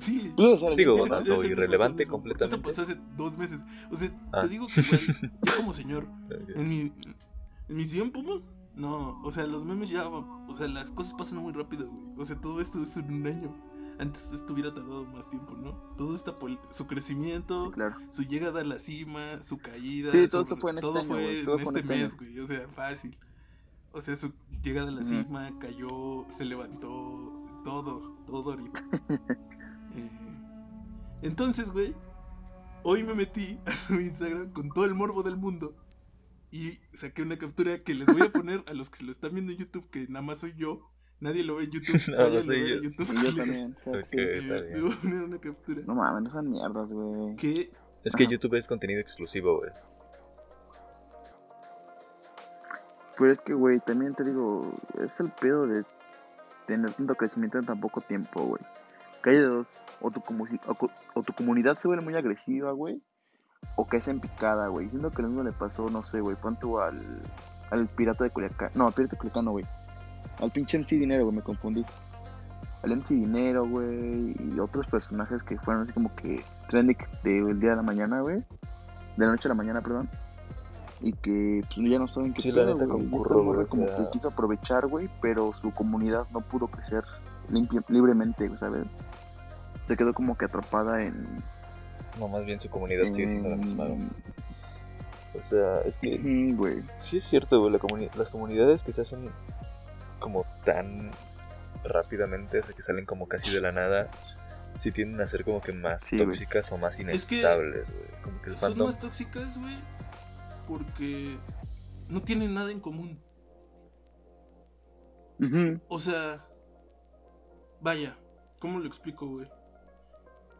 Speaker 1: Sí.
Speaker 2: Tú debes ser el
Speaker 3: Digo,
Speaker 2: incel,
Speaker 1: sí,
Speaker 3: dato
Speaker 1: sí, sí, sí,
Speaker 3: irrelevante
Speaker 1: sí, sí, sí.
Speaker 3: completamente.
Speaker 1: Esto pasó hace dos meses. O sea,
Speaker 3: Ah.
Speaker 1: te digo que igual, yo como señor,
Speaker 3: Ok.
Speaker 1: en mi, en mi tiempo, ¿no? no, o sea, los memes ya, o sea, las cosas pasan muy rápido, güey. O sea, todo esto es en un año. Antes esto hubiera tardado más tiempo, ¿no? Todo esta pol- su crecimiento,
Speaker 2: Sí, claro.
Speaker 1: su llegada a la cima, su caída.
Speaker 2: Sí,
Speaker 1: su-
Speaker 2: todo eso fue en este
Speaker 1: todo
Speaker 2: año,
Speaker 1: fue
Speaker 2: güey,
Speaker 1: en
Speaker 2: todo fue en
Speaker 1: este
Speaker 2: este
Speaker 1: mes,
Speaker 2: año.
Speaker 1: güey. O sea, fácil. O sea, su llegada a la
Speaker 2: Ujú.
Speaker 1: cima, cayó, se levantó, todo, todo ahorita. Eh, entonces, güey, hoy me metí a su Instagram con todo el morbo del mundo y saqué una captura que les voy a poner a los que se lo están viendo en YouTube, que nada más soy yo. Nadie lo ve en YouTube.
Speaker 3: Nada más
Speaker 1: Vayan a
Speaker 3: soy
Speaker 1: ver a
Speaker 3: yo.
Speaker 1: YouTube.
Speaker 2: Y yo
Speaker 1: colegas.
Speaker 2: también. o sea,
Speaker 3: Ok.
Speaker 2: sí.
Speaker 1: Eh,
Speaker 3: Está bien.
Speaker 1: le voy a poner una captura.
Speaker 2: No mames, no son mierdas, güey.
Speaker 1: Que
Speaker 3: Es que
Speaker 2: Ajá.
Speaker 3: YouTube es contenido exclusivo, güey.
Speaker 2: Pero es que, güey, también te digo, es el pedo de tener tanto crecimiento en tan poco tiempo, güey. Que hay de dos, o tu, comu- o co- o tu comunidad se vuelve muy agresiva, güey, o caes en picada, güey. Siento que lo mismo le pasó, no sé, güey, cuánto al, al pirata de Culiacán. No, al pirata de Culiacán, no, güey. Al pinche MC Dinero, güey, me confundí. Al MC Dinero, güey, y otros personajes que fueron así como que trending del día de la mañana, güey. De la noche a la mañana, perdón. Y que pues, ya no saben qué
Speaker 3: Sí, la neta
Speaker 2: güey. Y esta
Speaker 3: concurro,
Speaker 2: morra
Speaker 3: güey, o
Speaker 2: Como
Speaker 3: sea.
Speaker 2: que quiso aprovechar, güey, pero su comunidad no pudo crecer limpia- libremente, güey, ¿sabes? Se quedó como que atrapada en...
Speaker 3: No, más bien su comunidad sigue siendo la
Speaker 2: en-
Speaker 3: misma, güey. Mm. O sea, es que
Speaker 2: Ujú, güey.
Speaker 3: Sí es cierto, güey, la comuni- las comunidades que se hacen como tan rápidamente, o sea, que salen como casi de la nada, sí tienden a ser como que más
Speaker 2: Sí, güey.
Speaker 3: tóxicas o más
Speaker 1: Es que-
Speaker 3: inestables, güey. Como que el
Speaker 1: son
Speaker 3: fandom...
Speaker 1: más tóxicas, güey, porque no tienen nada en común.
Speaker 2: Ujú.
Speaker 1: O sea, vaya, ¿cómo lo explico, güey?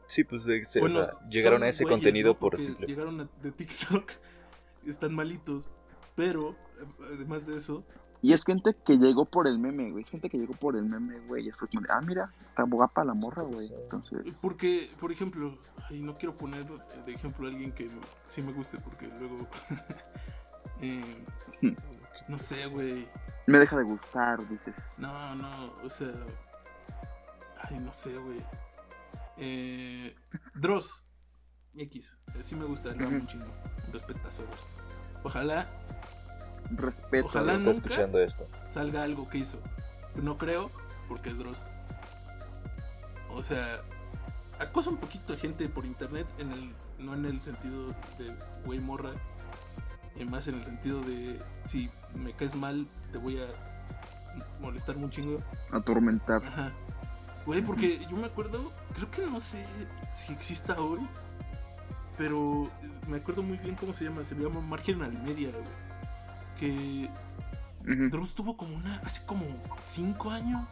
Speaker 3: Sí, pues de- se-
Speaker 1: Bueno,
Speaker 3: o sea, llegaron
Speaker 1: son
Speaker 3: a ese
Speaker 1: güeyes,
Speaker 3: contenido
Speaker 1: ¿no?
Speaker 3: por
Speaker 1: Porque
Speaker 3: simple...
Speaker 1: Llegaron a- de TikTok, están malitos, pero eh, además de eso,
Speaker 2: Y es gente que llegó por el meme, güey. Es gente que llegó por el meme, güey. Y después, como de, ah, mira, está guapa la morra, güey. Entonces,
Speaker 1: porque, por ejemplo, y no quiero poner eh, de ejemplo a alguien que sí me guste, porque luego, eh, no sé, güey,
Speaker 2: me deja de gustar, dices.
Speaker 1: no, no, o sea, ay, no sé, güey, eh, Dross, X, eh, sí me gusta, lo amo un chingo, respeto a Soros. Ojalá
Speaker 2: Respeto.
Speaker 1: Ojalá
Speaker 2: güey.
Speaker 3: Está
Speaker 1: nunca-
Speaker 3: escuchando esto.
Speaker 1: salga algo que hizo. No creo, porque es Dross. O sea, acosa un poquito a gente por internet, en el, no en el sentido de güey morra, y más en el sentido de si me caes mal, te voy a molestar un chingo.
Speaker 2: Atormentar.
Speaker 1: Ajá. Güey, porque yo me acuerdo, creo que no sé si exista hoy, pero eh, me acuerdo muy bien cómo se llama, se llama Marginal Media, güey. Que
Speaker 2: Ujú.
Speaker 1: Dross tuvo como una, hace como 5 años,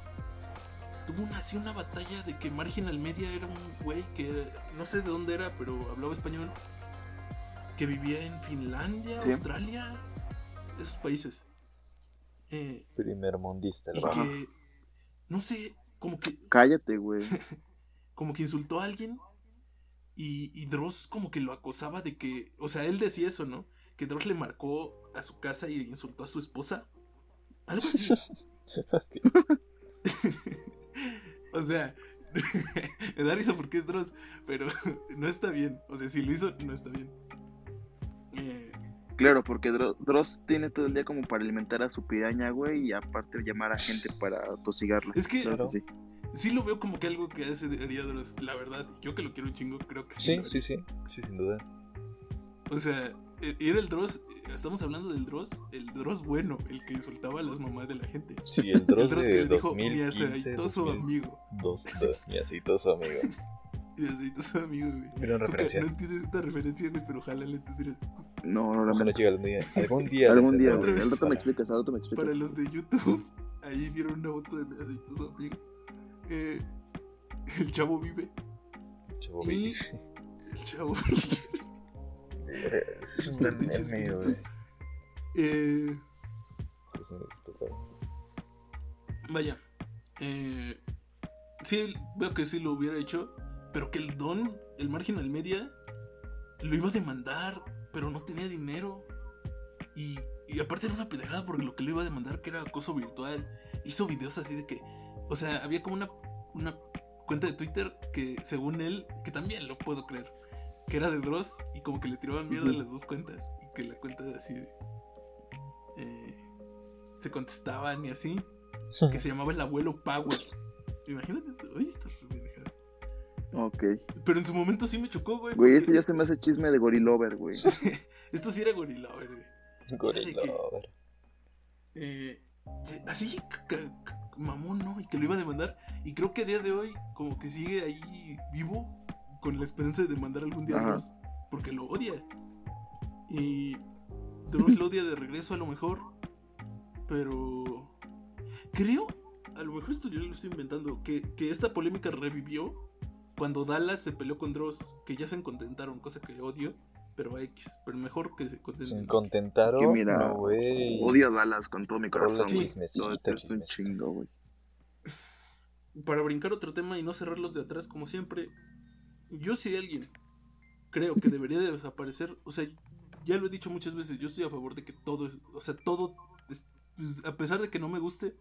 Speaker 1: tuvo una, así una batalla de que Marginal Media era un güey que no sé de dónde era, pero hablaba español, que vivía en Finlandia,
Speaker 2: Sí.
Speaker 1: Australia, esos países. Eh,
Speaker 3: Primer mundista, el
Speaker 1: y
Speaker 3: vato.
Speaker 1: que, no sé, como que,
Speaker 2: Cállate, güey.
Speaker 1: como que insultó a alguien y, y Dross como que lo acosaba de que, o sea, él decía eso, ¿no? Que Dross le marcó a su casa y insultó a su esposa. Algo así. O sea, Me da risa porque es Dross, pero no está bien. O sea, si lo hizo, no está bien. Eh,
Speaker 2: Claro, porque Dro- Dross tiene todo el día como para alimentar a su piraña, güey, y aparte llamar a gente para tosigarla.
Speaker 1: Es que-
Speaker 2: Claro, sí.
Speaker 1: sí lo veo como que algo que hace debería Dross. La verdad, yo que lo quiero un chingo, creo que sí.
Speaker 3: Sí,
Speaker 1: lo haría.
Speaker 3: sí, sí, sí, sin duda.
Speaker 1: O sea, e- era el Dross, estamos hablando del Dross, el Dross bueno, el que insultaba a las mamás de la gente.
Speaker 3: Sí, el
Speaker 1: El
Speaker 3: Dross
Speaker 1: Dross que
Speaker 3: de
Speaker 1: le dijo, mi
Speaker 3: 2015,
Speaker 1: aceitoso
Speaker 3: 2000,
Speaker 1: amigo.
Speaker 3: dos- dos- mi aceitoso amigo.
Speaker 1: Mi aceitoso amigo, güey.
Speaker 3: Gran
Speaker 1: Nunca-
Speaker 3: referencia.
Speaker 1: No entiendes esta referencia, güey, pero ojalá la entendieras.
Speaker 2: No, no,
Speaker 3: Ojalá
Speaker 2: la
Speaker 3: llegue algún día. Algún día.
Speaker 2: Algún día,
Speaker 3: Otra
Speaker 2: güey.
Speaker 3: vez
Speaker 2: Al rato me
Speaker 3: para-
Speaker 2: explicas, al rato me explicas.
Speaker 1: Para los de YouTube, ahí vieron una foto de mi aceitoso amigo. Eh, el chavo vive.
Speaker 3: Chavo,
Speaker 1: Y
Speaker 3: güey.
Speaker 1: el chavo.
Speaker 3: Es un
Speaker 1: Espérate,
Speaker 3: meme,
Speaker 1: espérate.
Speaker 3: güey.
Speaker 1: Eh,
Speaker 3: Es un- total.
Speaker 1: vaya. Eh, sí, veo que sí lo hubiera hecho. Pero que el don, el margen al media, lo iba a demandar, pero no tenía dinero. Y, y aparte era una pendejada porque lo que le iba a demandar, que era acoso virtual, hizo videos así de que. O sea, había como una, una cuenta de Twitter que, según él, que también lo puedo creer, que era de Dross y como que le tiraban mierda
Speaker 2: Ujú.
Speaker 1: a las dos cuentas. Y que la cuenta de así de. eh, se contestaban y así. Que se llamaba el abuelo Power. Imagínate, oye, esta pendejada.
Speaker 2: Ok.
Speaker 1: Pero en su momento sí me chocó, güey.
Speaker 2: Güey,
Speaker 1: porque
Speaker 2: esto ya se me hace chisme de gorilover, güey.
Speaker 1: Esto sí era gorila, güey.
Speaker 3: Gorila,
Speaker 1: que-
Speaker 3: a ver.
Speaker 1: Eh, y así, c- c- c- mamón, ¿no? Y que lo iba a demandar. Y creo que a día de hoy, como que sigue ahí vivo, con la esperanza de demandar algún día a
Speaker 2: Ajá.
Speaker 1: Dross. Porque lo odia. Y Dross lo odia de regreso, a lo mejor. Pero. Creo, a lo mejor esto yo lo estoy inventando, que, que esta polémica revivió cuando Dallas se peleó con Dross, que ya se contentaron, cosa que odio, pero X, pero mejor que se
Speaker 3: Se
Speaker 1: contenten.
Speaker 3: contentaron.
Speaker 2: Que mira,
Speaker 3: no, güey.
Speaker 2: Odio a Dallas con todo mi corazón,
Speaker 3: Rola
Speaker 1: Sí.
Speaker 2: güey.
Speaker 3: chismecita,
Speaker 2: No, es un
Speaker 3: chismecita.
Speaker 2: chingo, güey.
Speaker 1: para brincar otro tema y no cerrarlos de atrás como siempre, yo si alguien creo que debería de desaparecer, o sea, ya lo he dicho muchas veces, yo estoy a favor de que todo, es- o sea, todo, es- pues, a pesar de que no me guste,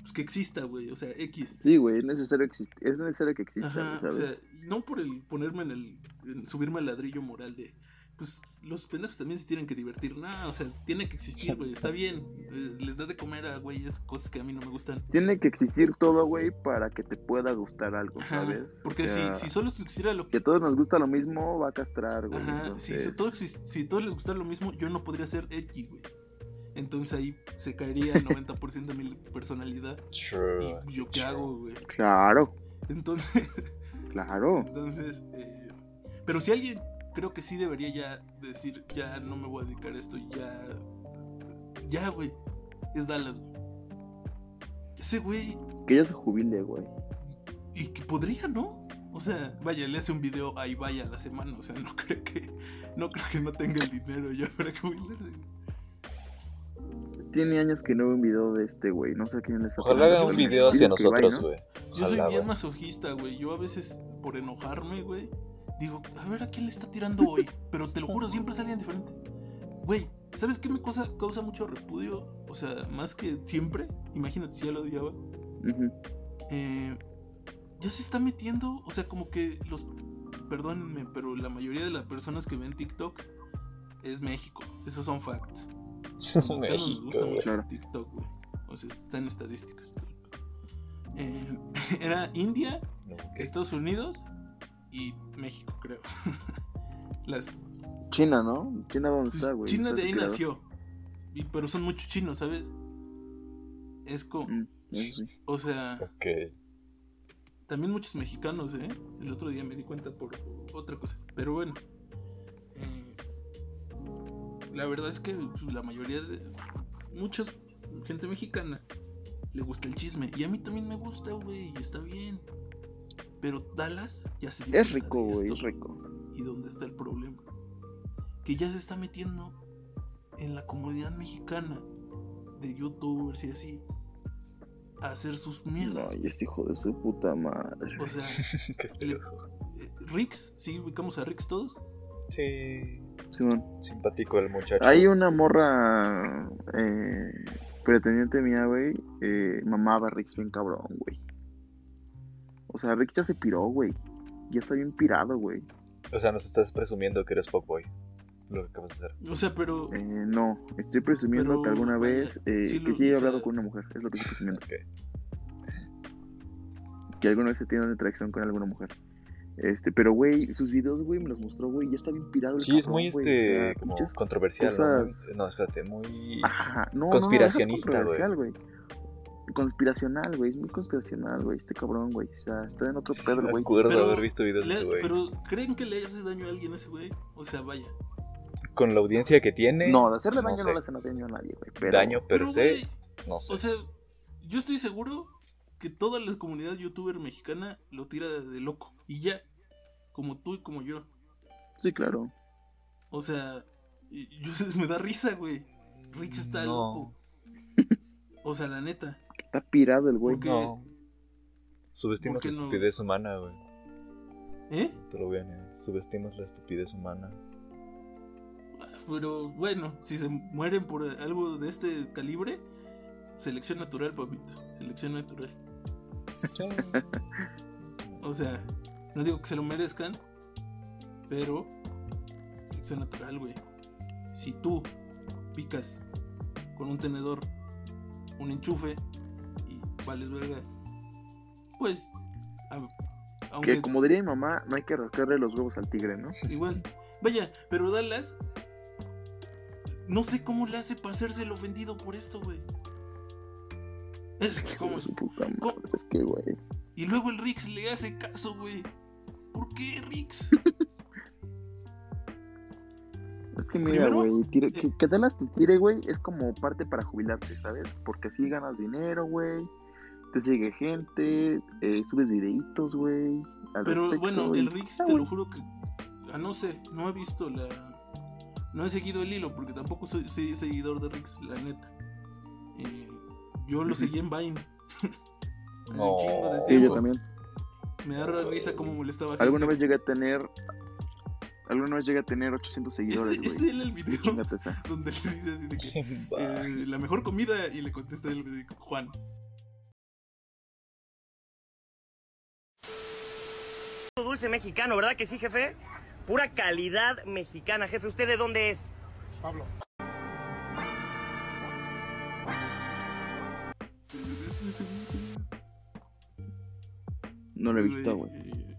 Speaker 1: pues que exista, güey, o sea, X.
Speaker 2: Sí, güey, es necesario, exist- es necesario que exista,
Speaker 1: Ajá,
Speaker 2: güey,
Speaker 1: o
Speaker 2: ¿sabes?
Speaker 1: sea, y no por el ponerme en el, en subirme al ladrillo moral de, pues los pendejos también se tienen que divertir, nada, o sea, tiene que existir, güey, está bien, eh, les da de comer a güeyes cosas que a mí no me gustan.
Speaker 2: Tiene que existir todo, güey, para que te pueda gustar algo,
Speaker 1: Ajá,
Speaker 2: Pues, ¿sabes? O
Speaker 1: porque
Speaker 2: sea,
Speaker 1: si, si solo existiera lo
Speaker 2: si a todos nos gusta lo mismo, va a castrar, güey.
Speaker 1: Ajá, si,
Speaker 2: entonces-
Speaker 1: so- todos, si, si todos les gustara lo mismo, yo no podría ser edgy, güey. Entonces ahí se caería el 90% de mi personalidad.
Speaker 2: Ah,
Speaker 3: True.
Speaker 1: ¿Y yo qué hago, güey?
Speaker 2: Claro,
Speaker 1: Entonces,
Speaker 2: claro.
Speaker 1: entonces eh, pero si alguien creo que sí debería ya decir, ya no me voy a dedicar a esto, ya, ya, güey, es Dallas, güey. Ese güey,
Speaker 2: Que ella se jubile, güey.
Speaker 1: y que podría, ¿no? O sea, vaya, le hace un video ahí vaya a la semana, o sea, no creo que, no creo que no tenga el dinero ya para jubilarse, güey.
Speaker 2: Tiene años que no veo un video de este, güey. No sé quién le está
Speaker 3: Ojalá haga un
Speaker 2: pasando,
Speaker 3: video hacia
Speaker 2: pero que vaya,
Speaker 3: nosotros,
Speaker 2: ¿no?
Speaker 3: güey.
Speaker 1: Yo soy
Speaker 3: Ojalá,
Speaker 1: bien
Speaker 3: güey.
Speaker 1: masojista, güey. Yo a veces, por enojarme, güey, digo, a ver a quién le está tirando hoy. Pero te lo juro, siempre es alguien diferente. Güey, ¿sabes qué me cosa, causa mucho repudio? O sea, más que siempre. Imagínate si ya lo odiaba.
Speaker 2: Ujú.
Speaker 1: Eh, ya se está metiendo, o sea, como que los. Perdónenme, pero la mayoría de las personas que ven TikTok es México. Esos son facts. Los mexicanos nos
Speaker 3: México,
Speaker 1: gusta
Speaker 3: güey.
Speaker 1: mucho
Speaker 2: Claro.
Speaker 1: TikTok, güey. O sea, están estadísticas. Eh, era India,
Speaker 3: No, güey.
Speaker 1: Estados Unidos y México, creo. Las,
Speaker 2: China, ¿no? China,
Speaker 1: pues,
Speaker 2: ¿dónde Pues está, güey?
Speaker 1: China
Speaker 2: Está
Speaker 1: de ahí
Speaker 2: creado.
Speaker 1: nació. Y- pero son muchos chinos, ¿sabes? Es como,
Speaker 2: Mm, eso sí.
Speaker 1: o sea,
Speaker 3: Ok.
Speaker 1: también muchos mexicanos, ¿eh? El otro día me di cuenta por otra cosa. Pero bueno. eh, la verdad es que pues, la mayoría de. Mucha gente mexicana le gusta el chisme. Y a mí también me gusta, güey. Y está bien. Pero Dallas ya se dio
Speaker 2: Es
Speaker 1: cuenta
Speaker 2: rico,
Speaker 1: de
Speaker 2: güey,
Speaker 1: esto.
Speaker 2: es rico.
Speaker 1: ¿Y dónde está el problema? Que ya se está metiendo en la comunidad mexicana de youtubers y así. A hacer sus
Speaker 2: No,
Speaker 1: mierdas.
Speaker 2: y este hijo de su puta madre.
Speaker 1: O sea.
Speaker 3: Qué
Speaker 1: Le-
Speaker 3: pedo.
Speaker 1: eh, Rix, sí ubicamos a Rix todos.
Speaker 3: Sí.
Speaker 2: Simón.
Speaker 3: Simpático el muchacho.
Speaker 2: Hay una morra eh, pretendiente mía, güey. Eh, mamaba a Rix bien cabrón, güey. O sea, Rick ya se piró, güey. Ya está bien pirado, güey.
Speaker 3: O sea, nos estás presumiendo que eres fuckboy. Lo que acabas de hacer.
Speaker 1: O sea, pero.
Speaker 2: Eh, no, estoy presumiendo
Speaker 1: Pero,
Speaker 2: que alguna
Speaker 1: vaya,
Speaker 2: vez eh,
Speaker 1: sí
Speaker 2: que
Speaker 1: lo-
Speaker 2: sí he
Speaker 1: o
Speaker 2: hablado
Speaker 1: sea-
Speaker 2: con una mujer. Es lo que estoy presumiendo.
Speaker 3: Ok.
Speaker 2: que alguna vez he tenido una interacción con alguna mujer. Este, pero güey, sus videos, güey, me los mostró, güey, ya está bien pirado el
Speaker 3: Sí, es
Speaker 2: cabrón,
Speaker 3: muy
Speaker 2: güey,
Speaker 3: este,
Speaker 2: o sea,
Speaker 3: como
Speaker 2: pinches-
Speaker 3: controversial.
Speaker 2: cosas-
Speaker 3: ¿no? no, espérate, muy.
Speaker 2: Ajá, no, no, no, deja
Speaker 3: conspiracionista, güey.
Speaker 2: controversial, güey. Conspiracional, güey, es muy conspiracional, güey, este cabrón, güey, o sea, está en otro
Speaker 3: Sí,
Speaker 2: pedo,
Speaker 3: me
Speaker 2: güey.
Speaker 3: acuerdo
Speaker 1: Pero
Speaker 3: haber visto videos de
Speaker 1: le-
Speaker 3: ese güey.
Speaker 1: pero, ¿creen que le hace daño a alguien ese güey? O sea, vaya.
Speaker 3: Con la audiencia que tiene,
Speaker 2: No, de hacerle daño no,
Speaker 3: sé.
Speaker 2: le hacen daño a nadie, güey, pero...
Speaker 3: daño per
Speaker 1: Pero,
Speaker 3: se,
Speaker 1: güey,
Speaker 3: no sé.
Speaker 1: o sea, yo estoy seguro que toda la comunidad youtuber mexicana lo tira de loco. Y ya. Como tú y como yo.
Speaker 2: Sí, claro.
Speaker 1: O sea, y- yo me da risa, güey. Rick está
Speaker 3: No.
Speaker 1: loco. O sea, la neta.
Speaker 2: Está pirado el güey.
Speaker 1: Porque-
Speaker 3: No. Subestimas
Speaker 1: ¿Por
Speaker 3: la
Speaker 1: qué no?
Speaker 3: estupidez humana, güey.
Speaker 1: ¿Eh?
Speaker 3: Te lo voy a negar. Subestimas la estupidez humana.
Speaker 1: Pero bueno, si se mueren por algo de este calibre, selección natural, papito. Selección natural.
Speaker 3: Sí.
Speaker 1: O sea, no digo que se lo merezcan, pero selección natural, güey. Si tú picas con un tenedor un enchufe y vales verga, pues a- aunque
Speaker 2: Que como diría mi mamá, no hay que rascarle los huevos al tigre, ¿no?
Speaker 1: igual, vaya, pero Dallas no sé cómo le hace para hacerse el ofendido por esto, güey. Es que
Speaker 2: Hijo
Speaker 1: como
Speaker 2: de su puta madre,
Speaker 1: ¿Cómo?
Speaker 2: es que, güey.
Speaker 1: y luego el Rix le hace caso, güey. ¿Por qué Rix?
Speaker 2: Es que mira,
Speaker 1: Primero,
Speaker 2: güey, tire- que,
Speaker 1: eh,
Speaker 2: que Dallas te tire, güey, es como parte para jubilarte, ¿sabes? Porque así ganas dinero, güey, te sigue gente, eh, subes videitos, güey. al
Speaker 1: Pero
Speaker 2: respecto,
Speaker 1: bueno,
Speaker 2: y-
Speaker 1: el Rix,
Speaker 2: Ah,
Speaker 1: te lo
Speaker 2: güey,
Speaker 1: juro que. Ah, no sé, no he visto la. No he seguido el hilo porque tampoco soy, soy seguidor de Rix, la neta. Eh, yo lo
Speaker 2: Ujú. Oh.
Speaker 1: seguí en Vine. Hace un
Speaker 3: No.
Speaker 1: chingo de
Speaker 3: Sí,
Speaker 2: Sí,
Speaker 1: tiempo.
Speaker 2: yo también.
Speaker 1: Me da ra- risa cómo molestaba a
Speaker 2: Alguna
Speaker 1: gente.
Speaker 2: vez llegué a tener. Alguna vez llegué a tener 800 seguidores,
Speaker 1: Este,
Speaker 2: güey.
Speaker 1: este era el video
Speaker 2: Chingate esa.
Speaker 1: donde le dice así de que.
Speaker 3: Va.
Speaker 1: eh, la mejor comida y le contesta el de Juan.
Speaker 4: Dulce mexicano, ¿verdad que sí, jefe? Pura calidad mexicana, jefe. ¿Usted de dónde es?
Speaker 1: Ese- ese- ese-
Speaker 2: No lo he
Speaker 1: ese
Speaker 2: visto, güey.
Speaker 1: eh,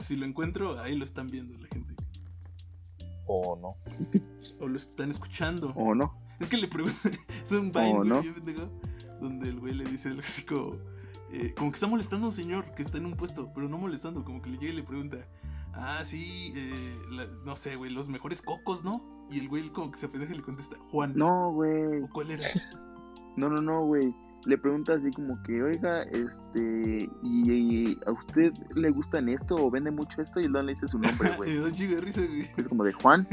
Speaker 1: Si lo encuentro, ahí lo están viendo la gente.
Speaker 3: O no.
Speaker 1: O lo están escuchando.
Speaker 2: ¿O no?
Speaker 1: Es que le preguntan, es un Vine,
Speaker 2: Oh,
Speaker 1: güey,
Speaker 2: ¿no?
Speaker 1: bien pendejo, donde el güey le dice al chico, eh, como que está molestando a un señor que está en un puesto, pero no molestando, como que le llega y le pregunta, ah, sí, eh, la- no sé, güey, los mejores cocos, ¿no? Y el güey como que se pendeja y le contesta, Juan.
Speaker 2: No, güey.
Speaker 1: ¿O cuál era?
Speaker 2: No, no, no, güey. Le pregunta así como que, oiga, este, ¿y, y a usted le gustan esto o vende mucho esto? Y luego le dice su nombre,
Speaker 1: Me
Speaker 2: güey.
Speaker 1: da un chingo de risa, güey.
Speaker 2: Es como de Juan,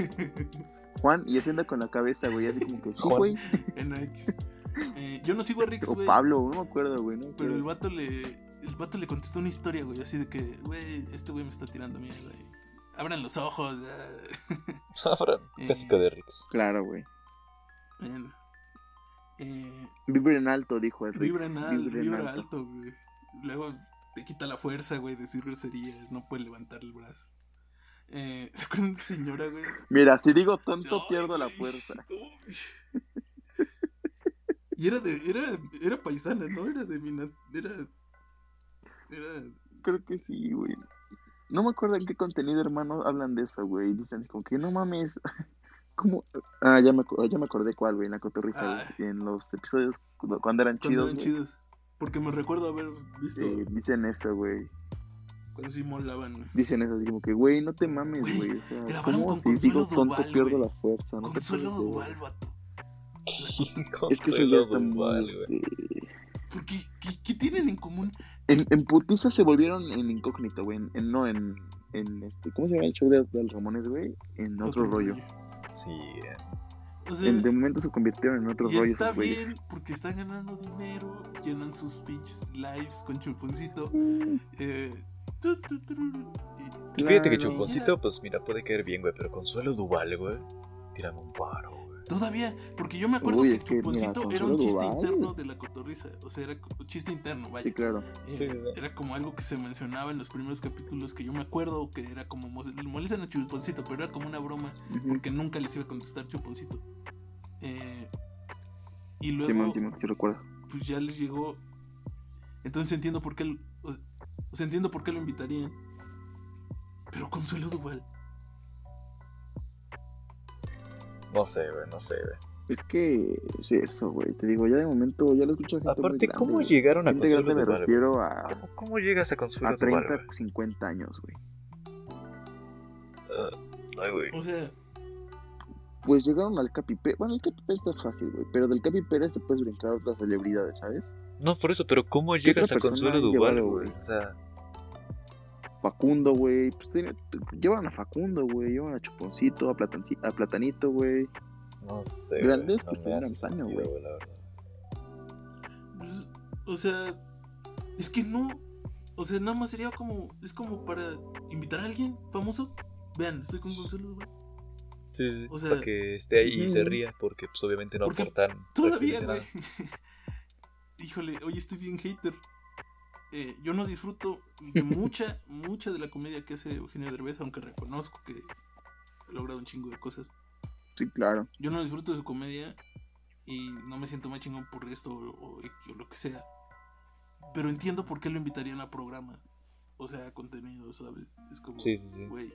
Speaker 2: Juan, y haciendo con la cabeza, güey, así como que sí,
Speaker 3: Juan.
Speaker 2: güey.
Speaker 1: en X. Eh, yo no sigo a Rix,
Speaker 2: O
Speaker 1: güey.
Speaker 2: Pablo, no me acuerdo, güey. No me
Speaker 1: Pero el
Speaker 2: acuerdo.
Speaker 1: vato le. El vato le contestó una historia, güey. Así de que, güey, este güey me está tirando mierda. y Abran los ojos. ah.
Speaker 3: Ahora,
Speaker 1: Eh,
Speaker 3: clásico de Rix.
Speaker 2: Claro, güey.
Speaker 1: Bueno. Eh,
Speaker 2: Vibra en alto, dijo el Rix.
Speaker 1: vibra en al- vibra alto. güey. Luego te quita la fuerza, güey, decir groserías. No puedes levantar el brazo. Eh, ¿Se acuerdan de esa señora, güey?
Speaker 2: Mira, si digo
Speaker 1: Ay,
Speaker 2: tonto, pierdo la
Speaker 1: güey.
Speaker 2: fuerza.
Speaker 1: Y era de. Era, era paisana, ¿no? Era de Mina. Era. Era.
Speaker 2: Creo que sí, güey. No me acuerdo en qué contenido, hermano, hablan de eso, güey. Dicen así como que no mames. ¿Cómo? Ah, ya me, acu- ya me acordé cuál, güey, en la cotorriza, güey,
Speaker 1: Ah.
Speaker 2: que En los episodios cu- cuando eran
Speaker 1: Cuando
Speaker 2: chidos,
Speaker 1: eran
Speaker 2: güey,
Speaker 1: chidos. Porque me recuerdo haber visto
Speaker 2: eh, dicen eso, güey.
Speaker 1: cuando sí molaban. güey.
Speaker 2: Dicen eso así como que, güey, no te mames,
Speaker 1: Güey,
Speaker 2: güey. O sea,
Speaker 1: grabaron
Speaker 2: ¿cómo
Speaker 1: con
Speaker 2: si
Speaker 1: Consuelo
Speaker 2: digo tonto,
Speaker 1: Duval,
Speaker 2: pierdo
Speaker 1: güey.
Speaker 2: la fuerza? No te
Speaker 1: Consuelo
Speaker 2: puedes, güey.
Speaker 1: Duval, vato.
Speaker 2: Es que eso ya
Speaker 3: Consuelo
Speaker 2: está muy.
Speaker 3: Duval, güey.
Speaker 2: este,
Speaker 1: ¿Por qué, qué, qué tienen en común?
Speaker 2: En, en putiza se volvieron en incógnito, güey. En, en- no, en, en este. ¿Cómo se llama el show de, del Ramones, güey? En otro, rollo.
Speaker 3: Sí, eh.
Speaker 1: O sea,
Speaker 2: En, de momento se convirtieron en otro
Speaker 1: y
Speaker 2: rollo
Speaker 1: está
Speaker 2: esos güeyes.
Speaker 1: bien porque están ganando dinero, llenan sus pinches lives con chuponcito. eh, tu, tu, tururu, y-
Speaker 3: Y fíjate que
Speaker 2: Claro.
Speaker 3: Chuponcito, pues mira, puede caer bien, güey, pero Consuelo Duval, güey, tiran un paro, güey.
Speaker 1: Todavía, porque yo me acuerdo
Speaker 2: Uy,
Speaker 1: que
Speaker 2: es que, mira,
Speaker 1: Chuponcito era un
Speaker 2: Consuelo
Speaker 1: chiste
Speaker 2: Duval.
Speaker 1: interno de la cotorriza. O sea, era co- un chiste interno, vaya.
Speaker 2: Sí, claro.
Speaker 1: Eh,
Speaker 3: Sí, sí, sí.
Speaker 1: Era como algo que se mencionaba en los primeros capítulos que yo me acuerdo que era como mo- molestan a Chuponcito, pero era como una broma
Speaker 3: Mm.
Speaker 2: Ujú.
Speaker 1: porque nunca les iba a contestar Chuponcito. Eh, y luego,
Speaker 2: Simón, Simón, sí recuerdo.
Speaker 1: pues ya les llegó. Entonces entiendo por qué. l- O, o sea, entiendo por qué lo invitarían. Pero Consuelo Duval.
Speaker 3: No sé, güey, no sé, güey.
Speaker 2: Es que sí, eso, güey. Te digo, ya de momento ya lo escucho a gente muy
Speaker 3: Aparte,
Speaker 2: grande,
Speaker 3: ¿cómo
Speaker 2: güey.
Speaker 3: llegaron a
Speaker 2: Gente grande
Speaker 3: Consuelo
Speaker 2: me
Speaker 3: Duval? güey?
Speaker 2: refiero a,
Speaker 3: ¿Cómo, cómo llegas a Consuelo
Speaker 2: a
Speaker 3: Duval?
Speaker 2: 30, 50 años, güey.
Speaker 3: güey? Ah, Ay, güey.
Speaker 1: O sea,
Speaker 2: Pues llegaron al Capipe. Bueno, el Capipe está fácil, güey. Pero del Capi Pérez te puedes brincar a otras celebridades, ¿sabes?
Speaker 3: No, por eso, pero ¿cómo
Speaker 2: otra
Speaker 3: llegas a
Speaker 2: persona
Speaker 3: Consuelo
Speaker 2: han
Speaker 3: Duval,
Speaker 2: llevado,
Speaker 3: güey?
Speaker 2: güey?
Speaker 3: O sea,
Speaker 2: Facundo, güey. Pues tiene- llevaron a Facundo, güey. Llevaron a Chuponcito, a, Platanci- a Platanito, güey.
Speaker 3: no sé. güey,
Speaker 2: Grandes
Speaker 3: no
Speaker 2: que
Speaker 3: me
Speaker 2: se miran
Speaker 3: hace
Speaker 2: paño,
Speaker 3: sentido,
Speaker 2: güey.
Speaker 3: la verdad.
Speaker 1: pues, o sea, es que no. O sea, nada más sería como. Es como para invitar a alguien famoso. Vean, estoy con Consuelo Duval.
Speaker 3: Sí, sí,
Speaker 1: O sea-
Speaker 3: para que esté ahí y se
Speaker 2: Ujú.
Speaker 3: ría, porque pues, obviamente no
Speaker 1: Porque
Speaker 3: aportan.
Speaker 1: Todavía,
Speaker 3: prácticamente
Speaker 1: güey.
Speaker 3: nada.
Speaker 1: Híjole, hoy estoy bien hater. Eh, yo no disfruto de mucha, mucha de la comedia que hace Eugenio Derbez, aunque reconozco que ha logrado un chingo de cosas.
Speaker 2: Sí, claro.
Speaker 1: Yo no disfruto de su comedia y no me siento más chingón por esto o, o- o lo que sea. Pero entiendo por qué lo invitarían a programas. O sea, a contenido, ¿sabes? Es como,
Speaker 3: Sí, sí, sí.
Speaker 1: güey.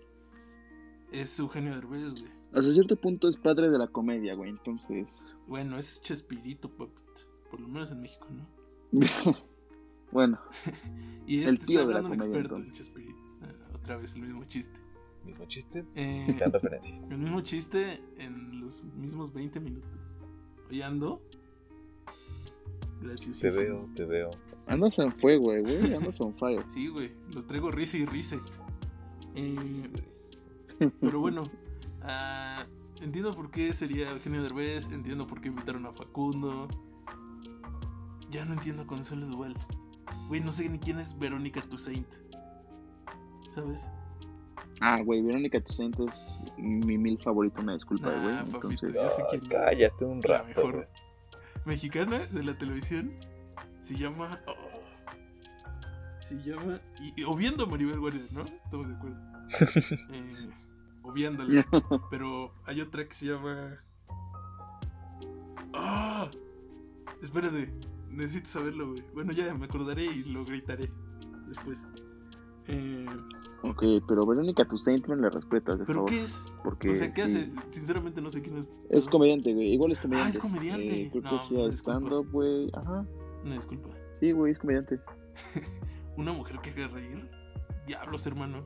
Speaker 1: Es Eugenio Derbez, güey.
Speaker 2: Hasta cierto punto es padre de la comedia, güey. Entonces.
Speaker 1: Bueno, es Chespirito, papit. Por lo menos en México, ¿no?
Speaker 2: bueno,
Speaker 1: Y
Speaker 2: El
Speaker 1: este está
Speaker 2: tío de la
Speaker 1: hablando un
Speaker 2: comedia,
Speaker 1: experto en
Speaker 2: entonces.
Speaker 1: Chespirito. Ah, otra vez el mismo chiste.
Speaker 3: Mismo chiste,
Speaker 1: Eh,
Speaker 3: gran referencia.
Speaker 1: el mismo chiste en los mismos 20 minutos. Oye, ando. Gracias.
Speaker 3: Te veo, te veo.
Speaker 2: andas en fuego, güey, güey. Andas on fire.
Speaker 1: Sí, güey. Los traigo risa y risa. Eh, pero bueno, ah, entiendo por qué sería Eugenio Derbez. Entiendo por qué invitaron a Facundo. Ya no entiendo a Consuelo Duval. Güey, no sé ni quién es Verónica Toussaint. ¿Sabes?
Speaker 2: Ah, güey, Verónica Toussaint es mi mil favorito, una disculpa,
Speaker 1: Nah,
Speaker 2: güey.
Speaker 1: papito.
Speaker 2: Entonces,
Speaker 1: Yo sé
Speaker 3: Ah,
Speaker 1: quién es.
Speaker 3: cállate un
Speaker 1: La
Speaker 3: rato,
Speaker 1: mejor
Speaker 3: güey.
Speaker 1: mexicana de la televisión se llama. oh, se llama. Y, y obviando a Maribel Guardia, ¿no? Estamos de acuerdo. Eh, obviándola. Pero hay otra que se llama. ¡Ah! Espérate, necesito saberlo, güey. Bueno, ya me acordaré y lo gritaré después. Eh,
Speaker 2: ok, pero Verónica Toussaint no la respetas, de
Speaker 1: ¿Pero
Speaker 2: favor.
Speaker 1: qué es?
Speaker 2: Porque
Speaker 1: o sea, ¿qué
Speaker 2: sí,
Speaker 1: hace? Sinceramente no sé quién es.
Speaker 2: Es comediante, güey. Igual es comediante.
Speaker 1: es comediante.
Speaker 2: Eh, creo que
Speaker 1: No,
Speaker 2: sí,
Speaker 1: disculpa.
Speaker 2: estando, güey. Ajá.
Speaker 1: Una disculpa.
Speaker 2: Sí, güey, es comediante.
Speaker 1: ¿Una mujer que haga reír? Diablos, hermano.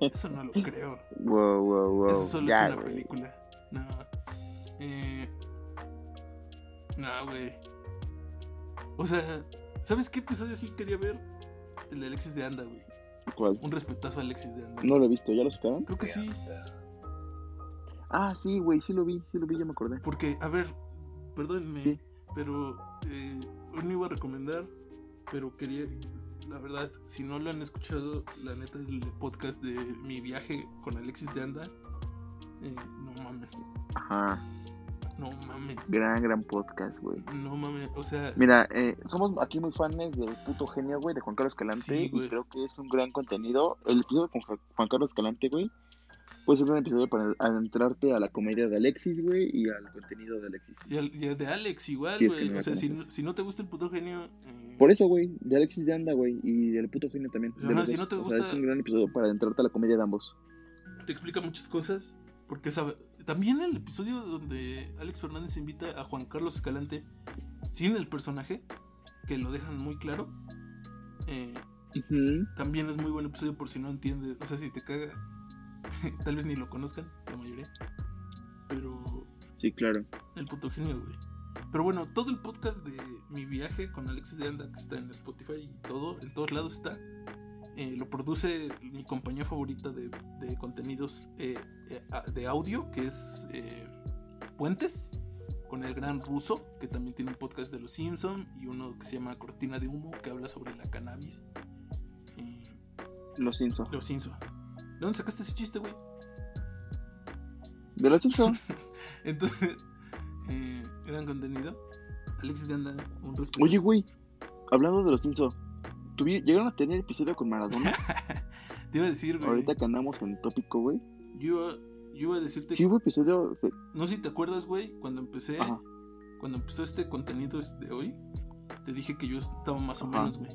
Speaker 1: Eso no lo creo.
Speaker 2: Wow, wow, wow.
Speaker 1: Eso solo
Speaker 2: ya,
Speaker 1: es una
Speaker 2: güey.
Speaker 1: película. No. Eh... No, güey. O sea, ¿sabes qué episodio sí quería ver? El de Alexis de Anda, güey.
Speaker 2: ¿Cuál?
Speaker 1: Un respetazo a Alexis de Anda.
Speaker 2: No lo he visto, ¿ya lo sacaron?
Speaker 1: Creo que sí,
Speaker 2: Ah, sí, güey, sí lo vi, sí lo vi, ya me acordé.
Speaker 1: porque, a ver, perdónenme,
Speaker 2: Sí.
Speaker 1: pero eh, hoy no iba a recomendar, pero quería, la verdad, si no lo han escuchado, la neta, el podcast de mi viaje con Alexis de Anda, eh, no mames,
Speaker 2: Ajá.
Speaker 1: no mames,
Speaker 2: Gran, gran podcast, güey.
Speaker 1: no mames, o sea,
Speaker 2: Mira, eh, somos aquí muy fans del puto genio, güey, de Juan Carlos Escalante.
Speaker 1: Sí, güey.
Speaker 2: y creo que es un gran contenido. El episodio con Ju- Juan Carlos Escalante, güey, puede ser un episodio para adentrarte a la comedia de Alexis, güey, y al contenido de Alexis.
Speaker 1: Y, al- y al de Alex igual,
Speaker 2: Sí,
Speaker 1: güey.
Speaker 2: es que no
Speaker 1: o
Speaker 2: la
Speaker 1: sea, si,
Speaker 2: conoces.
Speaker 1: no- si no te gusta el puto genio... eh,
Speaker 2: Por eso, güey, de Alexis de Anda, güey, y del puto genio también.
Speaker 1: Ajá,
Speaker 2: de los
Speaker 1: si
Speaker 2: dos.
Speaker 1: no te
Speaker 2: O sea,
Speaker 1: gusta-
Speaker 2: es un gran episodio para adentrarte a la comedia de ambos.
Speaker 1: Te explica muchas cosas. Porque sabe... También el episodio donde Alex Fernández invita a Juan Carlos Escalante sin el personaje, que lo dejan muy claro. eh,
Speaker 2: Ujú.
Speaker 1: también es muy buen episodio por si no entiendes. O sea, si te caga, tal vez ni lo conozcan, la mayoría. Pero
Speaker 2: Sí, claro.
Speaker 1: El puto genio, güey. Pero bueno, todo el podcast de mi viaje con Alexis de Anda, que está en Spotify y todo, en todos lados está, eh, lo produce mi compañía favorita de, de contenidos eh, eh, a- de audio, que es eh, Puentes, con el gran ruso, que también tiene un podcast de Los Simpson y uno que se llama Cortina de Humo, que habla sobre la cannabis. Y
Speaker 2: Los Simpsons.
Speaker 1: Los Simpson. ¿De dónde sacaste ese chiste, güey?
Speaker 2: De los Simpsons.
Speaker 1: Entonces, eh, gran contenido. Alexis de Anda, un respeto.
Speaker 2: Oye, güey, hablando de los Simpsons, ¿tuvi- ¿llegaron a tener episodio con Maradona?
Speaker 1: te iba a decir, güey.
Speaker 2: Ahorita que andamos en tópico, güey.
Speaker 1: Yo, yo iba a decirte.
Speaker 2: Sí hubo episodio. de-
Speaker 1: No sé si te acuerdas, güey, cuando empecé.
Speaker 2: Ajá.
Speaker 1: Cuando empezó este contenido de hoy, te dije que yo estaba más o
Speaker 2: Ajá.
Speaker 1: menos, güey.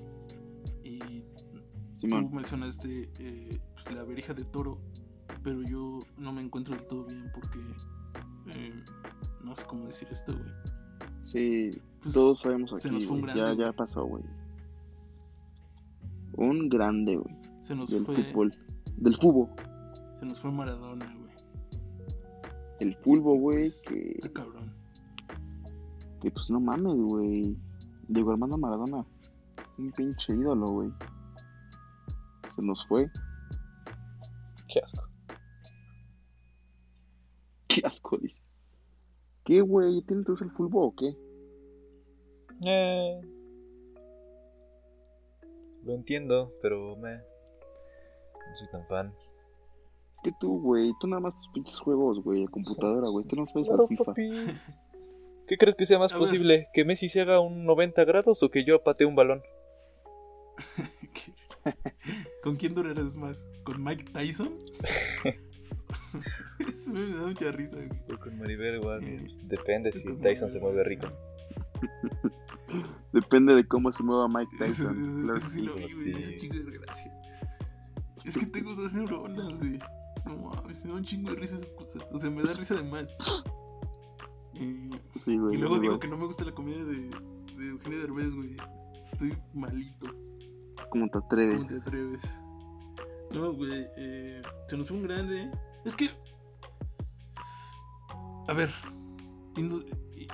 Speaker 1: Y tú
Speaker 2: Simón.
Speaker 1: mencionaste eh, pues, la verija de toro, pero yo no me encuentro del todo bien porque. eh, no sé cómo decir esto, güey.
Speaker 2: Sí,
Speaker 1: Pues,
Speaker 2: todos sabemos
Speaker 1: se
Speaker 2: aquí.
Speaker 1: nos fue un
Speaker 2: güey, Ya,
Speaker 1: grande,
Speaker 2: ya
Speaker 1: güey.
Speaker 2: pasó, güey. Un grande, güey.
Speaker 1: se nos
Speaker 2: Del
Speaker 1: fue.
Speaker 2: fútbol. Del fútbol.
Speaker 1: Se nos fue Maradona, güey.
Speaker 2: El fútbol, güey,
Speaker 1: Pues,
Speaker 2: que,
Speaker 1: está cabrón.
Speaker 2: que pues no mames, güey. Diego Armando Maradona. Un pinche ídolo, güey. Se nos fue.
Speaker 3: Qué asco.
Speaker 2: Qué asco, dice. ¿Qué, güey? ¿Tiene tú el fútbol o qué?
Speaker 3: Eh. Lo entiendo, pero me. No soy tan fan.
Speaker 2: ¿Qué tú, güey? Tú nada más tus pinches juegos, güey, de computadora, güey. Tú no sabes
Speaker 3: Claro,
Speaker 2: al FIFA.
Speaker 3: papi. ¿Qué crees que sea más
Speaker 1: A ver.
Speaker 3: posible? ¿Que Messi se haga un 90 grados o que yo apatee un balón?
Speaker 1: ¿Qué? ¿Con quién durarás más? ¿Con Mike Tyson? Eso me da mucha risa, güey.
Speaker 3: Yo con Maribel igual.
Speaker 1: Eh,
Speaker 3: pues, depende si
Speaker 1: Con
Speaker 3: Tyson se
Speaker 1: Maribel.
Speaker 3: mueve rico.
Speaker 2: Depende de cómo se mueva Mike
Speaker 1: Eso,
Speaker 2: Tyson.
Speaker 1: eso-
Speaker 2: claro
Speaker 1: eso
Speaker 2: que
Speaker 1: sí lo vi, güey.
Speaker 3: sí.
Speaker 1: es un chingo de gracia. Es que tengo dos neuronas, güey. No mames, me da un chingo de risa esas cosas. O sea, me da risa de más. Eh,
Speaker 2: sí, güey.
Speaker 1: y luego
Speaker 2: sí,
Speaker 1: digo
Speaker 2: güey.
Speaker 1: que no me gusta la comida de, de Eugenio Derbez, güey. Estoy malito.
Speaker 2: ¿Cómo te
Speaker 1: ¿Cómo
Speaker 2: atreves?
Speaker 1: te atreves? No, güey. Eh, se nos fue un grande. Es que. A ver. indu-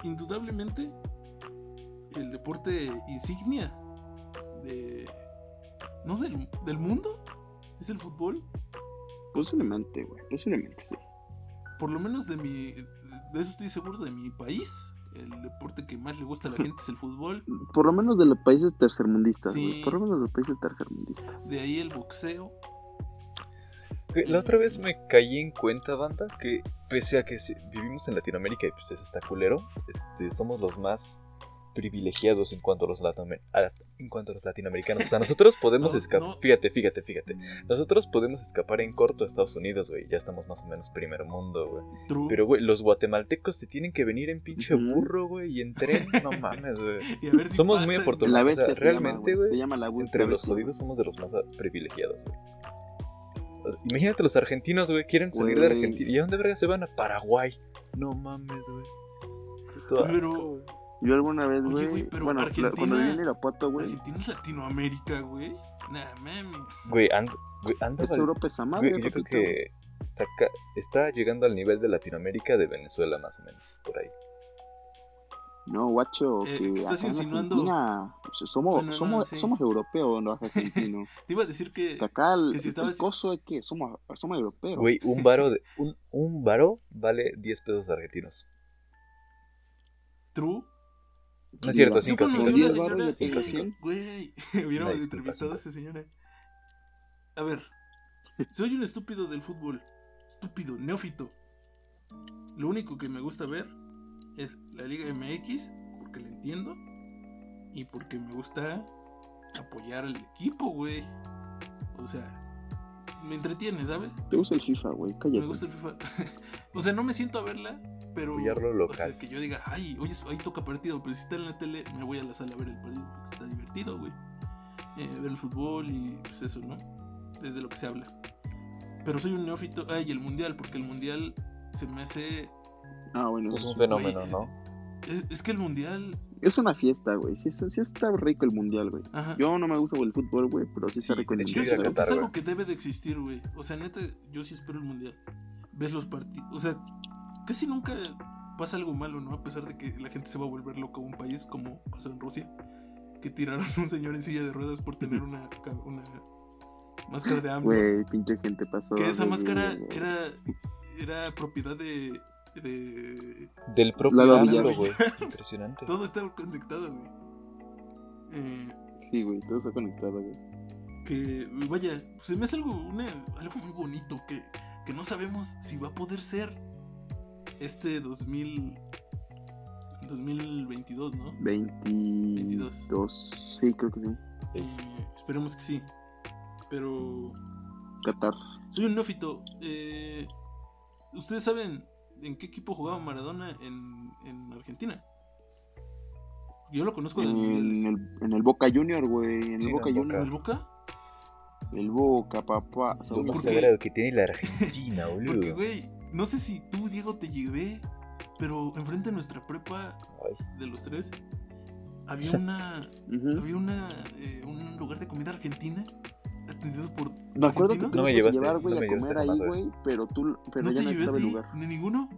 Speaker 1: indudablemente. El deporte insignia. De. No del, del mundo. Es el fútbol.
Speaker 2: Posiblemente, güey. Posiblemente, sí.
Speaker 1: Por lo menos de mi. De eso estoy seguro de mi país. El deporte que más le gusta a la gente es el fútbol.
Speaker 2: Por lo menos de los países tercermundistas,
Speaker 1: Sí.
Speaker 2: güey. Por lo menos de los países tercermundistas.
Speaker 1: De ahí el boxeo.
Speaker 3: Que La otra vez me caí en cuenta, banda, que pese a que sí- vivimos en Latinoamérica y pues eso está culero, este, somos los más privilegiados en cuanto a los, latame- a- en cuanto a los latinoamericanos. O sea, nosotros podemos
Speaker 1: No,
Speaker 3: escapar,
Speaker 1: no.
Speaker 3: fíjate, fíjate, fíjate. Nosotros podemos escapar en corto a Estados Unidos, güey. Ya estamos más o menos primer mundo, güey.
Speaker 1: True.
Speaker 3: Pero, güey, los guatemaltecos se tienen que venir en pinche
Speaker 2: Ujú.
Speaker 3: burro, güey, y en tren. No mames, güey.
Speaker 1: Y a ver si
Speaker 3: somos muy
Speaker 1: pasa, güey.
Speaker 3: afortunados.
Speaker 2: La
Speaker 3: o sea,
Speaker 2: bestia se
Speaker 3: realmente,
Speaker 2: llama, güey.
Speaker 3: güey,
Speaker 2: Se llama la bestia.
Speaker 3: Entre los
Speaker 2: bestia,
Speaker 3: jodidos somos de los más privilegiados, güey. O sea, Imagínate los argentinos, güey, quieren salir de
Speaker 2: Güey.
Speaker 3: Argentina. ¿Y a dónde verga se van? A Paraguay. No mames, güey. Qué todo
Speaker 1: Pero-
Speaker 3: asco, güey.
Speaker 2: güey. Yo alguna vez,
Speaker 1: Oye,
Speaker 2: güey.
Speaker 1: güey, pero
Speaker 2: bueno, la- cuando
Speaker 1: Argentina-
Speaker 2: viví en Irapuato, güey.
Speaker 1: Argentina es Latinoamérica, güey. Nah, mami.
Speaker 3: Güey, and- güey, anda
Speaker 2: Es
Speaker 3: val-
Speaker 2: Europa esa
Speaker 3: güey,
Speaker 2: madre,
Speaker 3: Yo creo
Speaker 2: papito.
Speaker 3: que está, ca- está llegando al nivel de Latinoamérica de Venezuela, más o menos, por ahí.
Speaker 2: No, guacho,
Speaker 1: Eh,
Speaker 2: que
Speaker 1: estás
Speaker 2: acá en
Speaker 1: insinuando-
Speaker 2: Argentina, pues, somos,
Speaker 1: Bueno, no,
Speaker 2: somos,
Speaker 1: sí.
Speaker 2: somos europeos, no argentinos.
Speaker 1: Te iba a decir que.
Speaker 2: que acá el,
Speaker 1: que si
Speaker 2: el
Speaker 1: estabas-
Speaker 2: coso es que somos, somos europeos.
Speaker 3: Güey, un varo, de, un, un varo vale 10 pesos argentinos.
Speaker 1: True.
Speaker 3: No es cierto,
Speaker 1: Yo
Speaker 2: Yo
Speaker 3: cinco,
Speaker 1: conocí
Speaker 3: cinco,
Speaker 1: a
Speaker 2: Con
Speaker 1: una
Speaker 3: cinco.
Speaker 2: 10 barros
Speaker 1: señora.
Speaker 2: de inflación.
Speaker 1: Güey, hubiéramos
Speaker 3: disculpa,
Speaker 1: entrevistado a
Speaker 3: disculpa.
Speaker 1: esa señora. A ver. Soy un estúpido del fútbol. Estúpido, neófito. Lo único que me gusta ver es la Liga MX, porque la entiendo. Y porque me gusta apoyar al equipo, güey. O sea, me entretiene, ¿sabes?
Speaker 2: Te gusta el FIFA, güey, cállate.
Speaker 1: Me gusta el FIFA. o sea, no me siento a verla, pero.
Speaker 3: Apoyar lo
Speaker 1: O
Speaker 3: local.
Speaker 1: sea, que yo diga, ay, oye, ahí toca partido, pero si está en la tele, me voy a la sala a ver el partido, porque está divertido, güey. Eh, ver el fútbol y pues eso, ¿no? Desde lo que se habla. Pero soy un neófito. Ay, y el mundial, porque el mundial se me hace.
Speaker 2: Ah, bueno,
Speaker 3: Es
Speaker 2: eso
Speaker 3: un
Speaker 2: sí.
Speaker 3: fenómeno,
Speaker 1: Güey,
Speaker 3: ¿no?
Speaker 1: Es, es que el mundial.
Speaker 2: es una fiesta, güey. Sí, sí, sí está rico el mundial, güey.
Speaker 1: Ajá.
Speaker 2: Yo no me gusta el fútbol, güey, pero sí está
Speaker 3: Sí,
Speaker 2: rico el
Speaker 3: de hecho,
Speaker 1: Yo
Speaker 3: ir
Speaker 2: mundial.
Speaker 3: a
Speaker 1: siento que
Speaker 3: Qatar,
Speaker 1: es algo
Speaker 3: güey.
Speaker 1: que debe de existir, güey. O sea, neta, yo sí espero el mundial. Ves los partidos. O sea, casi nunca pasa algo malo, ¿no? A pesar de que la gente se va a volver loca a un país como pasó en Rusia, que tiraron a un señor en silla de ruedas por tener una, ca- una máscara de hambre.
Speaker 2: Güey, pinche gente pasada.
Speaker 1: que esa
Speaker 2: de
Speaker 1: máscara
Speaker 2: verga, güey.
Speaker 1: era, era propiedad de, de.
Speaker 3: Del propio
Speaker 2: Lalo
Speaker 3: árbitro,
Speaker 1: Villar.
Speaker 3: güey. Impresionante.
Speaker 1: Todo está conectado, güey. Eh,
Speaker 2: Sí, güey, todo está conectado, güey.
Speaker 1: que vaya, se me hace algo, una- algo muy bonito que, que no sabemos si va a poder ser. este 2000, 2022, ¿no?
Speaker 2: 22. Sí, creo que sí.
Speaker 1: Eh, esperemos que sí. Pero
Speaker 2: Qatar.
Speaker 1: soy un neófito. eh, ¿Ustedes saben en qué equipo jugaba Maradona en, en Argentina? Yo lo conozco de
Speaker 2: En,
Speaker 1: mundiales.
Speaker 2: el, en el Boca Junior, güey. En el
Speaker 3: Sí, en
Speaker 2: Boca
Speaker 3: el
Speaker 1: ¿En el
Speaker 2: Junior.
Speaker 1: Boca?
Speaker 2: El Boca, papá.
Speaker 3: Lo más
Speaker 1: ¿Por
Speaker 2: Somos-
Speaker 1: qué?
Speaker 3: sagrado que tiene la Argentina,
Speaker 1: Porque,
Speaker 3: boludo.
Speaker 1: güey, no sé si tú, Diego, te llevé, pero enfrente de nuestra prepa
Speaker 3: Ay,
Speaker 1: de los tres había una
Speaker 2: Ujú.
Speaker 1: había una eh, un lugar de comida argentina atendido por
Speaker 2: Me acuerdo que
Speaker 1: argentinos.
Speaker 2: tú
Speaker 3: No me
Speaker 2: ibas a
Speaker 3: llevaste,
Speaker 2: llevar, güey,
Speaker 3: no me
Speaker 2: a
Speaker 3: llevaste
Speaker 2: comer ahí,
Speaker 3: jamás, güey.
Speaker 2: güey. Pero tú, pero
Speaker 1: no
Speaker 2: ya
Speaker 1: te llevé
Speaker 2: no
Speaker 1: a
Speaker 2: estaba el
Speaker 1: ti
Speaker 2: lugar.
Speaker 1: ni ninguno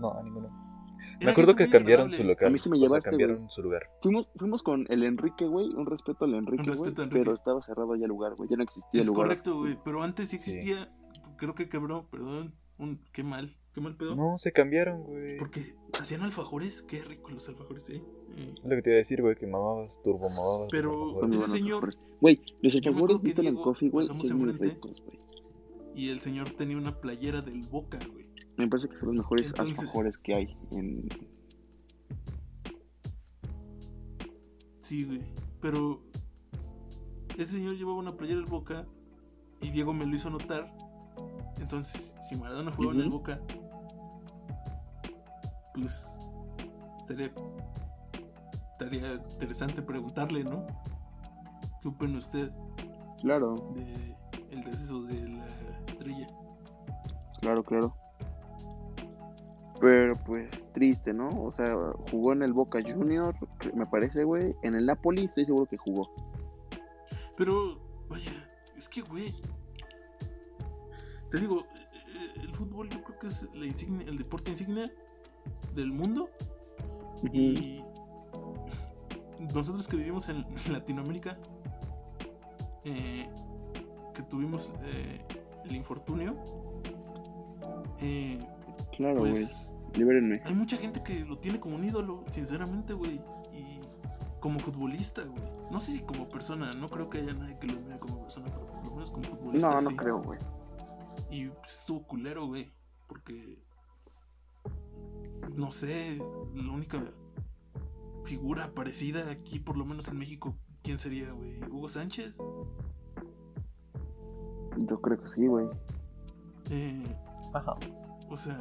Speaker 3: no, a ninguno. Me
Speaker 1: Era
Speaker 3: acuerdo
Speaker 1: gente
Speaker 3: que
Speaker 1: muy
Speaker 3: cambiaron su
Speaker 1: agradable.
Speaker 3: local.
Speaker 2: A mí sí
Speaker 3: o
Speaker 2: me
Speaker 3: sea,
Speaker 2: llevaste, güey.
Speaker 3: cambiaron su lugar.
Speaker 2: Fuimos, fuimos con el Enrique, güey. Un respeto al Enrique, güey.
Speaker 1: respeto a Enrique.
Speaker 2: Pero estaba cerrado ya el lugar, güey. Ya no existía el
Speaker 1: es
Speaker 2: lugar.
Speaker 1: correcto güey pero antes sí
Speaker 3: Sí.
Speaker 1: existía creo que quebró perdón un qué mal qué mal pedo
Speaker 3: No, se cambiaron, güey.
Speaker 1: porque hacían alfajores qué rico los alfajores eh, Eh,
Speaker 3: Es Lo que te iba a decir, güey, que mamabas, turbo mamabas.
Speaker 1: Pero-
Speaker 2: Son muy
Speaker 1: Ese
Speaker 2: buenos
Speaker 1: señor-
Speaker 2: alfajores. Güey, los
Speaker 1: me
Speaker 2: alfajores
Speaker 1: acuerdo que
Speaker 2: de Italian
Speaker 1: Diego
Speaker 2: Coffee, güey,
Speaker 1: pasamos
Speaker 2: son muy
Speaker 1: enfrente.
Speaker 2: ricos, güey.
Speaker 1: y el señor tenía una playera del Boca güey
Speaker 2: Me parece que son los mejores
Speaker 1: Entonces-
Speaker 2: alfajores que hay en...
Speaker 1: sí güey pero ese señor llevaba una playera del Boca y Diego me lo hizo notar entonces si Maradona jugaba en el
Speaker 2: Ujú.
Speaker 1: Boca pues estaría estaría interesante preguntarle no qué opina usted
Speaker 2: Claro,
Speaker 1: de el deceso de la estrella.
Speaker 2: claro, claro. Pero pues triste, ¿no? O sea, jugó en el Boca Junior, que- me parece, güey. En el Napoli estoy seguro que jugó.
Speaker 1: Pero, vaya, es que, güey. Te digo, eh, el fútbol yo creo que es la insignia- el deporte insignia del mundo. Y nosotros que vivimos en Latinoamérica, eh, que tuvimos eh, el infortunio, eh,
Speaker 2: Claro, Oh, güey.
Speaker 1: pues
Speaker 2: Libérenme.
Speaker 1: Hay mucha gente que lo tiene como un ídolo, sinceramente, güey. Y como futbolista, güey. No sé si como persona, no creo que haya nadie que lo admire como persona, pero por lo menos como futbolista.
Speaker 2: No, no
Speaker 1: sí.
Speaker 2: creo, güey.
Speaker 1: Y pues, estuvo culero, güey. Porque. No sé, la única figura parecida aquí, por lo menos en México, ¿quién sería, güey? ¿Hugo Sánchez?
Speaker 2: Yo creo que sí, güey.
Speaker 1: Eh,
Speaker 3: Ajá.
Speaker 1: o sea,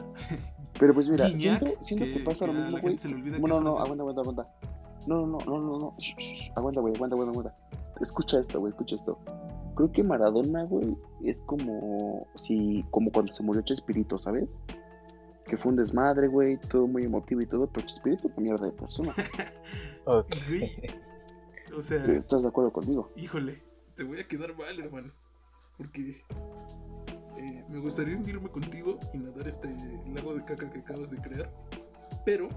Speaker 2: Pero pues mira,
Speaker 1: Guiñac,
Speaker 2: siento, siento que, pasa lo
Speaker 1: a
Speaker 2: mismo,
Speaker 1: la
Speaker 2: güey.
Speaker 1: gente se le olvida que
Speaker 2: Bueno,
Speaker 1: es
Speaker 2: no,
Speaker 1: francés.
Speaker 2: aguanta, aguanta, aguanta. No, no, no, no, no. Shh, shh, shh. Aguanta, güey, aguanta, aguanta, aguanta. Escucha esto, güey, escucha esto. Creo que Maradona, güey, es como si, como cuando se murió Chespirito, ¿sabes? Que fue un desmadre, güey, todo muy emotivo y todo, pero Chespirito una mierda de persona.
Speaker 3: Ok.
Speaker 1: Güey, O sea.
Speaker 2: Eh, ¿Estás de acuerdo conmigo?
Speaker 1: Híjole, te voy a quedar mal, hermano. Porque eh, me gustaría hundirme contigo y nadar este lago de caca que acabas de crear. Pero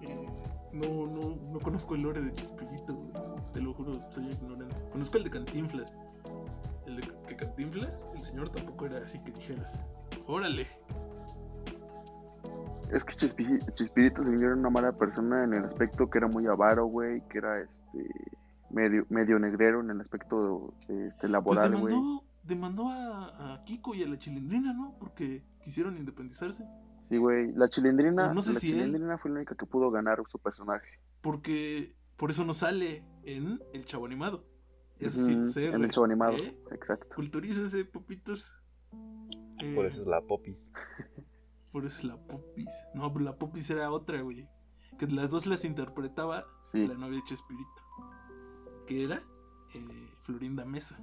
Speaker 1: eh, no, no, no conozco el lore de Chespirito, güey. Te lo juro, soy ignorante. Conozco el de Cantinflas. El de que Cantinflas, el señor tampoco era así que dijeras. Órale.
Speaker 2: Es que Chespi- Chespirito se vio una mala persona en el aspecto que era muy avaro, güey, que era este medio, medio negrero en el aspecto este,
Speaker 1: Pues
Speaker 2: laboral, güey.
Speaker 1: demandó, demandó a, a Kiko y a la chilindrina, ¿no? Porque quisieron independizarse.
Speaker 2: Sí, güey. La chilindrina,
Speaker 1: Pues No sé
Speaker 2: la
Speaker 1: si ¿eh? él-
Speaker 2: chilindrina fue la única que pudo ganar su personaje.
Speaker 1: Porque por eso no sale en El Chavo Animado. Eso sí,
Speaker 2: Ujú,
Speaker 1: lo sé,
Speaker 2: En
Speaker 1: güey.
Speaker 2: el show animado.
Speaker 1: ¿Eh?
Speaker 2: Exacto.
Speaker 1: Culturícense, papitos.
Speaker 3: Ah,
Speaker 1: Eh,
Speaker 3: Por eso es la popis.
Speaker 1: por eso es la popis. No, pero la popis era otra, güey. Que las dos las interpretaba
Speaker 2: Sí.
Speaker 1: la novia de Chespirito. Que era eh, Florinda Mesa.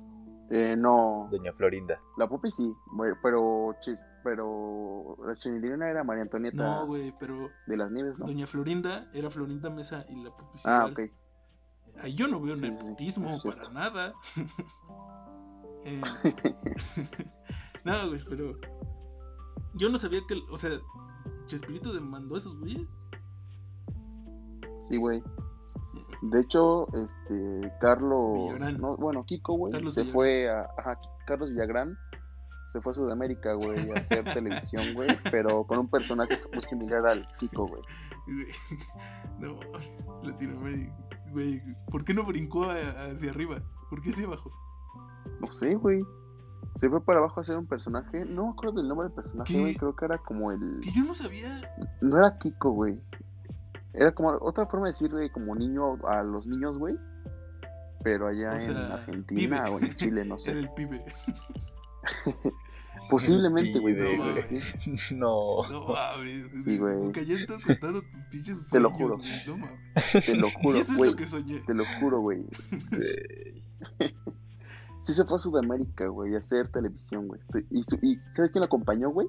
Speaker 2: Eh, no.
Speaker 3: Doña Florinda.
Speaker 2: La Poppy sí. güey, Pero, chis- pero la chilindrina era María Antonieta
Speaker 1: No, güey, pero
Speaker 2: de las Nieves, ¿no?
Speaker 1: Doña Florinda era Florinda Mesa y la popis.
Speaker 2: Ah,
Speaker 1: igual.
Speaker 2: ok.
Speaker 1: Ahí yo no veo
Speaker 2: Sí, sí, sí,
Speaker 1: nepotismo
Speaker 2: es cierto.
Speaker 1: para nada. Eh, no, güey, pero. Yo no sabía que. O sea, Chespirito demandó a esos güeyes.
Speaker 2: Sí, güey. De hecho, este Carlos,
Speaker 1: Villagrán.
Speaker 2: no, bueno, Kiko, güey,
Speaker 1: Carlos
Speaker 2: se
Speaker 1: Villagrán.
Speaker 2: fue a ajá, Carlos Villagrán se fue a Sudamérica, güey, a hacer televisión, güey, pero con un personaje muy similar al Kiko, güey.
Speaker 1: Güey, No, Latinoamérica. Güey, ¿por qué no brincó a- hacia arriba? ¿Por qué hacia abajo?
Speaker 2: No sé, güey. Se fue para abajo a hacer un personaje. No me acuerdo del nombre del personaje,
Speaker 1: ¿Qué?
Speaker 2: güey. Creo que era como el.
Speaker 1: Que yo no sabía.
Speaker 2: No era Kiko, güey. Era como otra forma de decirle como niño a los niños, güey. Pero allá
Speaker 1: O
Speaker 2: en
Speaker 1: sea,
Speaker 2: Argentina
Speaker 1: pibe.
Speaker 2: o en Chile, no
Speaker 1: Era
Speaker 2: sé.
Speaker 1: el pibe.
Speaker 2: Posiblemente, güey.
Speaker 3: Pibe,
Speaker 2: pero-
Speaker 1: güey.
Speaker 3: No.
Speaker 1: No mames.
Speaker 2: Oh. Sí, güey.
Speaker 1: Porque ya estás contando tus pinches sueños.
Speaker 2: Te lo juro.
Speaker 1: güey, No mames.
Speaker 2: Te lo
Speaker 1: Y
Speaker 2: juro,
Speaker 1: eso es
Speaker 2: güey.
Speaker 1: lo que soñé.
Speaker 2: Te lo juro, güey. Sí se fue a Sudamérica, güey, a hacer televisión, güey. Estoy- Y, su- y ¿sabes quién lo acompañó, güey?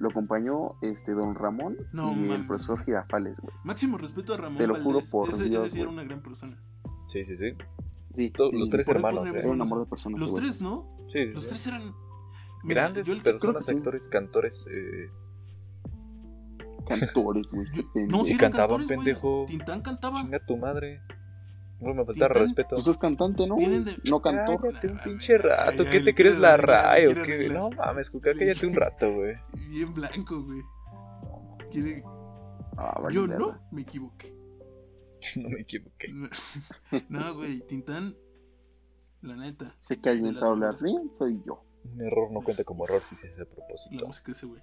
Speaker 2: Lo acompañó este don Ramón
Speaker 1: No
Speaker 2: y
Speaker 1: mames.
Speaker 2: el profesor Girafales, güey.
Speaker 1: Máximo respeto a Ramón
Speaker 2: Te lo juro
Speaker 1: Valdés.
Speaker 2: por
Speaker 1: ese,
Speaker 2: Dios,
Speaker 1: ese sí era
Speaker 2: güey.
Speaker 1: una gran persona.
Speaker 3: Sí, sí, sí.
Speaker 2: Sí,
Speaker 3: Todos-
Speaker 2: sí,
Speaker 3: los tres
Speaker 1: por ahí
Speaker 3: hermanos.
Speaker 1: ponemos
Speaker 2: era
Speaker 3: ¿eh?
Speaker 2: un amor de personas,
Speaker 1: Los
Speaker 2: güey.
Speaker 1: tres, ¿no?
Speaker 3: Sí, sí,
Speaker 1: Los
Speaker 3: sí.
Speaker 1: tres eran. Mira,
Speaker 3: Grandes
Speaker 1: yo el que-
Speaker 3: personas,
Speaker 2: creo que sí.
Speaker 3: actores, cantores. eh,
Speaker 2: Cantores, güey. este
Speaker 1: yo-
Speaker 2: pendejo.
Speaker 1: No, sí
Speaker 3: Y
Speaker 1: eran
Speaker 3: cantaban,
Speaker 1: cantores, güey.
Speaker 3: pendejo.
Speaker 1: Tintán cantaba.
Speaker 3: Venga tu madre. No me falta
Speaker 1: Titán,
Speaker 3: respeto.
Speaker 2: Pues es cantante, ¿no?
Speaker 1: Tienen de-
Speaker 2: No cantó.
Speaker 3: Cállate un
Speaker 1: Ah,
Speaker 3: pinche
Speaker 1: mami,
Speaker 3: rato. ¿Qué
Speaker 1: ya, le
Speaker 3: te
Speaker 1: quiere
Speaker 3: crees la
Speaker 1: arreglar, le
Speaker 3: RAE o
Speaker 1: quiere
Speaker 3: qué?
Speaker 1: arreglar.
Speaker 3: No mames, Cuca, cállate un rato, güey.
Speaker 1: Bien blanco, güey. Quiere-
Speaker 2: Ah, vale,
Speaker 1: Yo
Speaker 2: verga.
Speaker 1: no me equivoqué.
Speaker 3: No me equivoqué.
Speaker 1: No, güey, Tintán. La neta.
Speaker 2: Sé que alguien
Speaker 1: De las
Speaker 2: sabe hablar
Speaker 1: mejores.
Speaker 2: bien, soy yo.
Speaker 3: Un error no cuenta como error si se hace a
Speaker 1: La
Speaker 3: propósito.
Speaker 1: música de ese güey.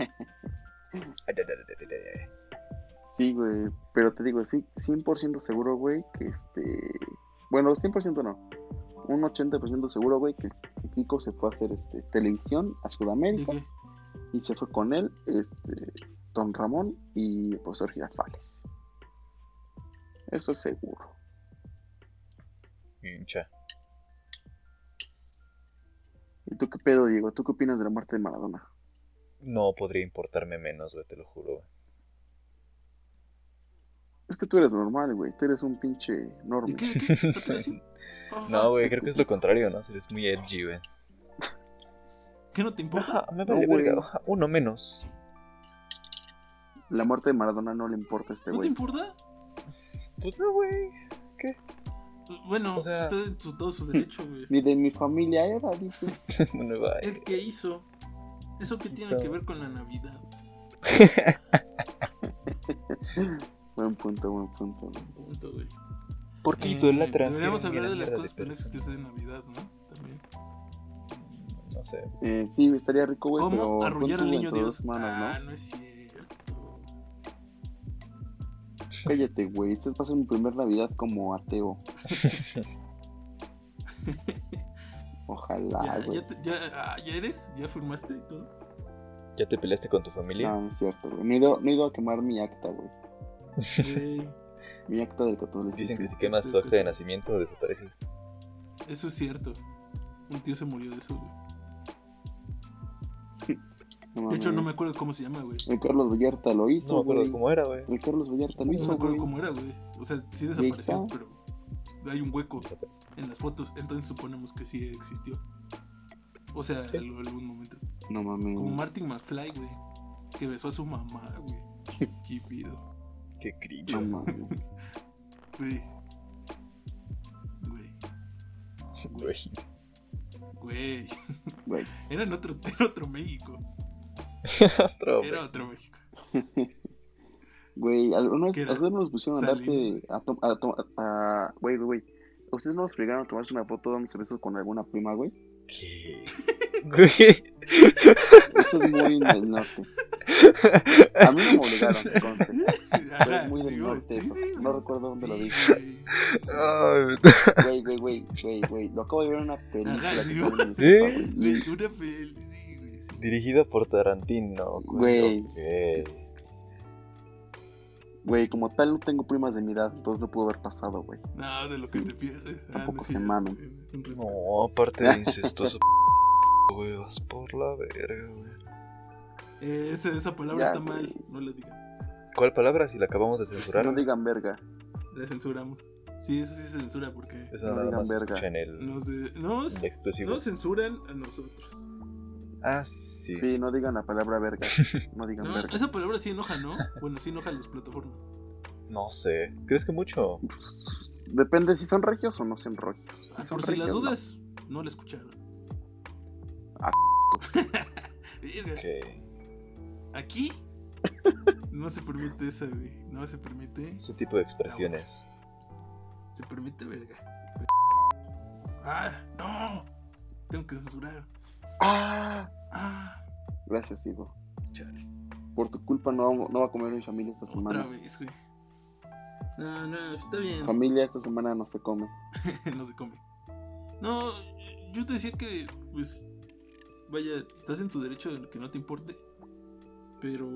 Speaker 3: Ay, ay, ay, ay, ay, ay.
Speaker 2: Sí, güey. Pero te digo, sí, 100% seguro, güey, que este. Bueno, 100% no. Un 80% seguro, güey, que que Kiko se fue a hacer este, televisión a
Speaker 1: ¿De
Speaker 2: Sudamérica
Speaker 1: qué?
Speaker 2: y se fue con él, este, Don Ramón y el profesor Girafales. Eso es seguro.
Speaker 3: Hincha.
Speaker 2: ¿Y tú qué pedo, Diego? ¿Tú qué opinas de la muerte de Maradona?
Speaker 3: No podría importarme menos, güey, te lo juro. güey.
Speaker 2: Es que tú eres normal, güey. Tú eres un pinche
Speaker 1: ¿De
Speaker 2: normal.
Speaker 1: qué? ¿De qué? ¿Te parece? Ah,
Speaker 3: No, güey,
Speaker 2: es
Speaker 3: creo
Speaker 2: que
Speaker 3: que es
Speaker 2: sí
Speaker 3: lo
Speaker 2: es-
Speaker 3: contrario, ¿no? Eres muy edgy, güey.
Speaker 1: ¿Qué no te importa?
Speaker 3: Ajá, me vale
Speaker 2: No, güey.
Speaker 3: verga. ajá, Uno menos.
Speaker 2: La muerte de Maradona no le importa a este
Speaker 1: ¿No te
Speaker 2: güey.
Speaker 1: importa?
Speaker 3: Pues no, güey.
Speaker 1: Bueno,
Speaker 3: O sea-
Speaker 1: está en su- todo su derecho, güey.
Speaker 2: Ni de mi familia era, dice.
Speaker 3: Bueno, va.
Speaker 1: El que hizo. ¿Eso qué tiene que ver con la Navidad?
Speaker 2: Buen punto, buen punto. güey.
Speaker 1: Punto, güey.
Speaker 3: Porque
Speaker 1: Eh, deberíamos hablar de las cosas pendejas que se de Navidad, ¿no? También.
Speaker 3: No sé.
Speaker 2: Eh, sí, estaría rico, güey.
Speaker 1: ¿Cómo
Speaker 2: pero
Speaker 1: arrullar
Speaker 2: pon
Speaker 1: al
Speaker 2: tú
Speaker 1: niño
Speaker 2: dentro de
Speaker 1: Dios?
Speaker 2: dos semanas,
Speaker 1: ah,
Speaker 2: ¿no?
Speaker 1: no es cierto.
Speaker 2: Cállate, güey. Esta va a ser mi primer Navidad como ateo. Ojalá,
Speaker 1: ya,
Speaker 2: güey.
Speaker 1: ya, te- ya, ah, ¿ya eres, ya firmaste y todo.
Speaker 3: ¿Ya te peleaste con tu familia?
Speaker 2: No, no es cierto, güey. No he, ido, no he ido a quemar mi acta, güey.
Speaker 1: Güey,
Speaker 2: Mi acta del catolicismo.
Speaker 3: Dicen que si quemas tu acta de nacimiento desapareces.
Speaker 1: eso es cierto. Un tío se murió de eso, güey.
Speaker 2: No
Speaker 1: De hecho, no me
Speaker 2: mames.
Speaker 1: acuerdo cómo se llama, güey.
Speaker 2: El Carlos Vallarta lo hizo,
Speaker 3: No me acuerdo
Speaker 2: güey.
Speaker 3: cómo era, güey.
Speaker 2: El Carlos Vallarta lo
Speaker 1: No
Speaker 2: hizo,
Speaker 1: me acuerdo
Speaker 2: güey.
Speaker 1: cómo era, güey. O sea, sí
Speaker 2: está.
Speaker 1: desapareció, pero hay un hueco en las fotos. Entonces suponemos que sí existió. O sea, en algún momento.
Speaker 2: No mames.
Speaker 1: Como Martin McFly, güey. Que besó a su mamá, güey. Qué pido.
Speaker 3: Qué cringe.
Speaker 2: No mames.
Speaker 1: Güey. Güey.
Speaker 3: güey.
Speaker 1: Güey.
Speaker 2: Güey.
Speaker 1: Era en otro, era otro México.
Speaker 3: Otro, güey.
Speaker 1: Era otro México.
Speaker 2: Güey, alguna vez-
Speaker 1: ¿Qué era?
Speaker 2: alguna vez nos pusieron a
Speaker 1: Salimos,
Speaker 2: darte. A tom- a tom- a- Güey, güey, güey. ¿Ustedes no nos fregaron a tomarse una foto dándose besos con alguna prima, güey?
Speaker 3: ¿Qué? Güey.
Speaker 2: Eso es muy del norte. A mí no me obligaron, que conste. Pero
Speaker 1: Ajá,
Speaker 2: es muy
Speaker 1: sí,
Speaker 2: del
Speaker 1: güey. Sí,
Speaker 2: norte eso.
Speaker 1: sí,
Speaker 2: no
Speaker 1: güey.
Speaker 2: recuerdo dónde lo
Speaker 1: Sí,
Speaker 2: dije.
Speaker 1: güey.
Speaker 3: Ay,
Speaker 2: Güey, güey, güey, güey, güey. Lo acabo de ver en una película.
Speaker 1: Ajá,
Speaker 2: que
Speaker 1: sí,
Speaker 2: tengo en mi
Speaker 3: ¿Sí?
Speaker 2: papá, güey.
Speaker 1: Güey, una pel- sí, güey.
Speaker 3: Dirigida por Tarantino.
Speaker 2: Güey.
Speaker 3: Güey.
Speaker 2: Güey, como tal, no tengo primas de mi edad, entonces no pudo haber pasado, güey.
Speaker 1: No, de lo que te pierdes. Ah,
Speaker 2: Tampoco
Speaker 1: no es
Speaker 2: se
Speaker 1: cierto,
Speaker 2: mamen.
Speaker 1: güey. Un respeto.
Speaker 3: No, aparte de incestoso. p- Güey, vas por la verga, güey.
Speaker 1: Eh, esa, esa palabra
Speaker 2: Ya,
Speaker 1: está
Speaker 2: güey.
Speaker 1: mal, no la digan.
Speaker 3: ¿Cuál palabra? Si la acabamos de censurar.
Speaker 2: No digan verga.
Speaker 1: La censuramos. Sí, eso sí se censura porque
Speaker 3: Eso
Speaker 2: no
Speaker 3: nada
Speaker 2: digan
Speaker 3: más se
Speaker 2: verga.
Speaker 3: escucha en el,
Speaker 1: nos, de- nos,
Speaker 3: el exclusivo.
Speaker 1: nos censuran a nosotros.
Speaker 3: Ah, sí.
Speaker 2: Sí, no digan la palabra verga. No digan
Speaker 1: No,
Speaker 2: verga.
Speaker 1: esa palabra sí enoja, ¿no? Bueno, sí enoja a las plataformas.
Speaker 3: No sé. ¿Crees que mucho?
Speaker 2: Depende si son regios o no son regios.
Speaker 1: Ah,
Speaker 2: Si son
Speaker 1: por si las
Speaker 2: regios, no.
Speaker 1: dudas, no la escucharon.
Speaker 2: Ah,
Speaker 1: Verga,
Speaker 3: Que
Speaker 1: Aquí no se permite esa, güey. No se permite.
Speaker 3: ese tipo de expresiones.
Speaker 1: Se permite, verga. Ah, no. Tengo que censurar.
Speaker 5: ¡Ah!
Speaker 1: Ah,
Speaker 5: Gracias, hijo.
Speaker 1: chale.
Speaker 5: Por tu culpa no, vamos- no va a comer mi familia esta
Speaker 1: Otra
Speaker 5: semana.
Speaker 1: vez, güey. No, no, está bien.
Speaker 5: Familia esta semana no se come.
Speaker 1: no se come. No, yo te decía que, pues, vaya, estás en tu derecho de que no te importe, pero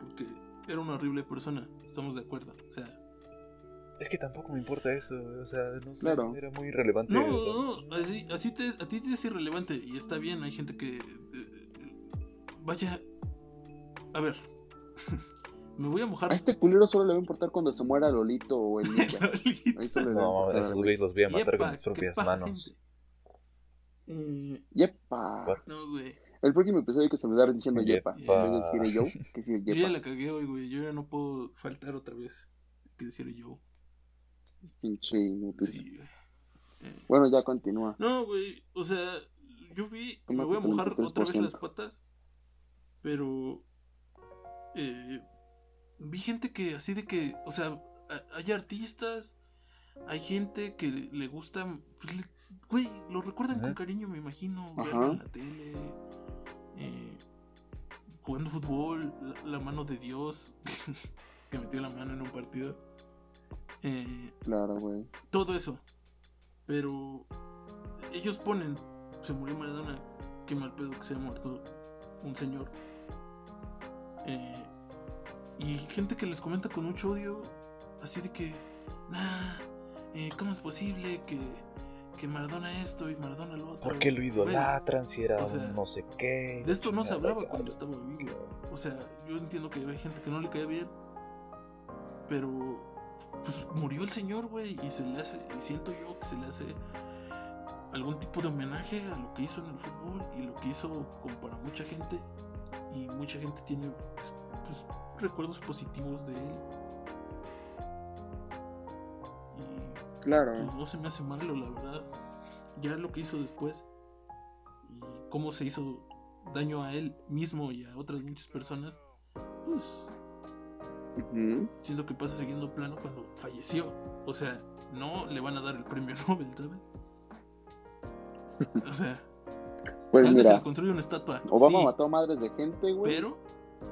Speaker 1: porque era una horrible persona, estamos de acuerdo. O sea,
Speaker 3: Es que tampoco me importa eso, o sea, no sé,
Speaker 5: Claro.
Speaker 3: era muy irrelevante.
Speaker 1: no,
Speaker 3: o sea,
Speaker 1: no, así, así te, a ti te es irrelevante y está bien, hay gente que, eh, eh, vaya, a ver, me voy a mojar.
Speaker 5: A este culero solo le va a importar cuando se muera Lolito o el Ninja.
Speaker 1: Lolita.
Speaker 5: Ahí solo le va a
Speaker 3: No,
Speaker 5: importar
Speaker 3: esos
Speaker 5: al
Speaker 3: güeyes
Speaker 5: güey.
Speaker 3: los voy a matar
Speaker 1: Yepa,
Speaker 3: con mis
Speaker 1: qué
Speaker 3: propias
Speaker 1: pa'
Speaker 3: manos.
Speaker 1: gente. Eh,
Speaker 5: Yepa.
Speaker 3: Por-
Speaker 1: no, güey.
Speaker 5: El próximo episodio hay que se me dar diciendo
Speaker 3: Yepa.
Speaker 5: Yepa. En vez de decir yo, que decir
Speaker 1: Yo ya
Speaker 5: Yepa.
Speaker 1: la cagué hoy, güey. Yo ya no puedo faltar otra vez. Hay que decir yo.
Speaker 5: Pinche
Speaker 2: Pues
Speaker 5: inútil.
Speaker 1: Sí, güey. Eh,
Speaker 5: Bueno, ya continúa.
Speaker 1: no, güey. O sea, yo vi. Me
Speaker 5: Tómate
Speaker 1: voy a
Speaker 5: tu
Speaker 1: mojar otra vez
Speaker 5: 23%.
Speaker 1: las patas. Pero. eh, vi gente que así de que. O sea, a- hay artistas. Hay gente que le, le gusta. pues, le- güey, lo recuerdan
Speaker 3: Ajá.
Speaker 1: con cariño, me imagino.
Speaker 5: Ajá.
Speaker 1: Verlo en la tele. eh, jugando fútbol. La, la mano de Dios. que metió la mano en un partido. Eh,
Speaker 5: Claro, güey.
Speaker 1: todo eso. Pero ellos ponen, se murió Maradona, qué mal pedo que se haya muerto un señor. Eh, y gente que les comenta con mucho odio, así de que, nah, eh, ¿cómo es posible que, que Maradona esto y Maradona lo otro?
Speaker 3: ¿Por qué lo
Speaker 1: Güey,
Speaker 3: idolatran si era
Speaker 1: o sea,
Speaker 3: un no sé qué?
Speaker 1: de esto no se
Speaker 3: chingada,
Speaker 1: hablaba cuando
Speaker 3: claro.
Speaker 1: estaba vivo. O sea, yo entiendo que hay gente que no le cae bien, pero pues murió el señor, güey, y se le hace, y siento yo que se le hace algún tipo de homenaje a lo que hizo en el fútbol y lo que hizo como para mucha gente y mucha gente tiene pues, pues, recuerdos positivos de él. Y pues,
Speaker 5: Claro.
Speaker 1: no se me hace malo, la verdad. Ya lo que hizo después y cómo se hizo daño a él mismo y a otras muchas personas, pues
Speaker 5: Ujú.
Speaker 1: siento que pasa siguiendo plano cuando falleció. O sea, no le van a dar el premio Nobel, ¿sabes? O sea,
Speaker 5: Pues
Speaker 1: tal vez se le
Speaker 5: mira,
Speaker 1: construye una estatua.
Speaker 5: Obama
Speaker 1: sí,
Speaker 5: mató a madres de gente, güey.
Speaker 1: pero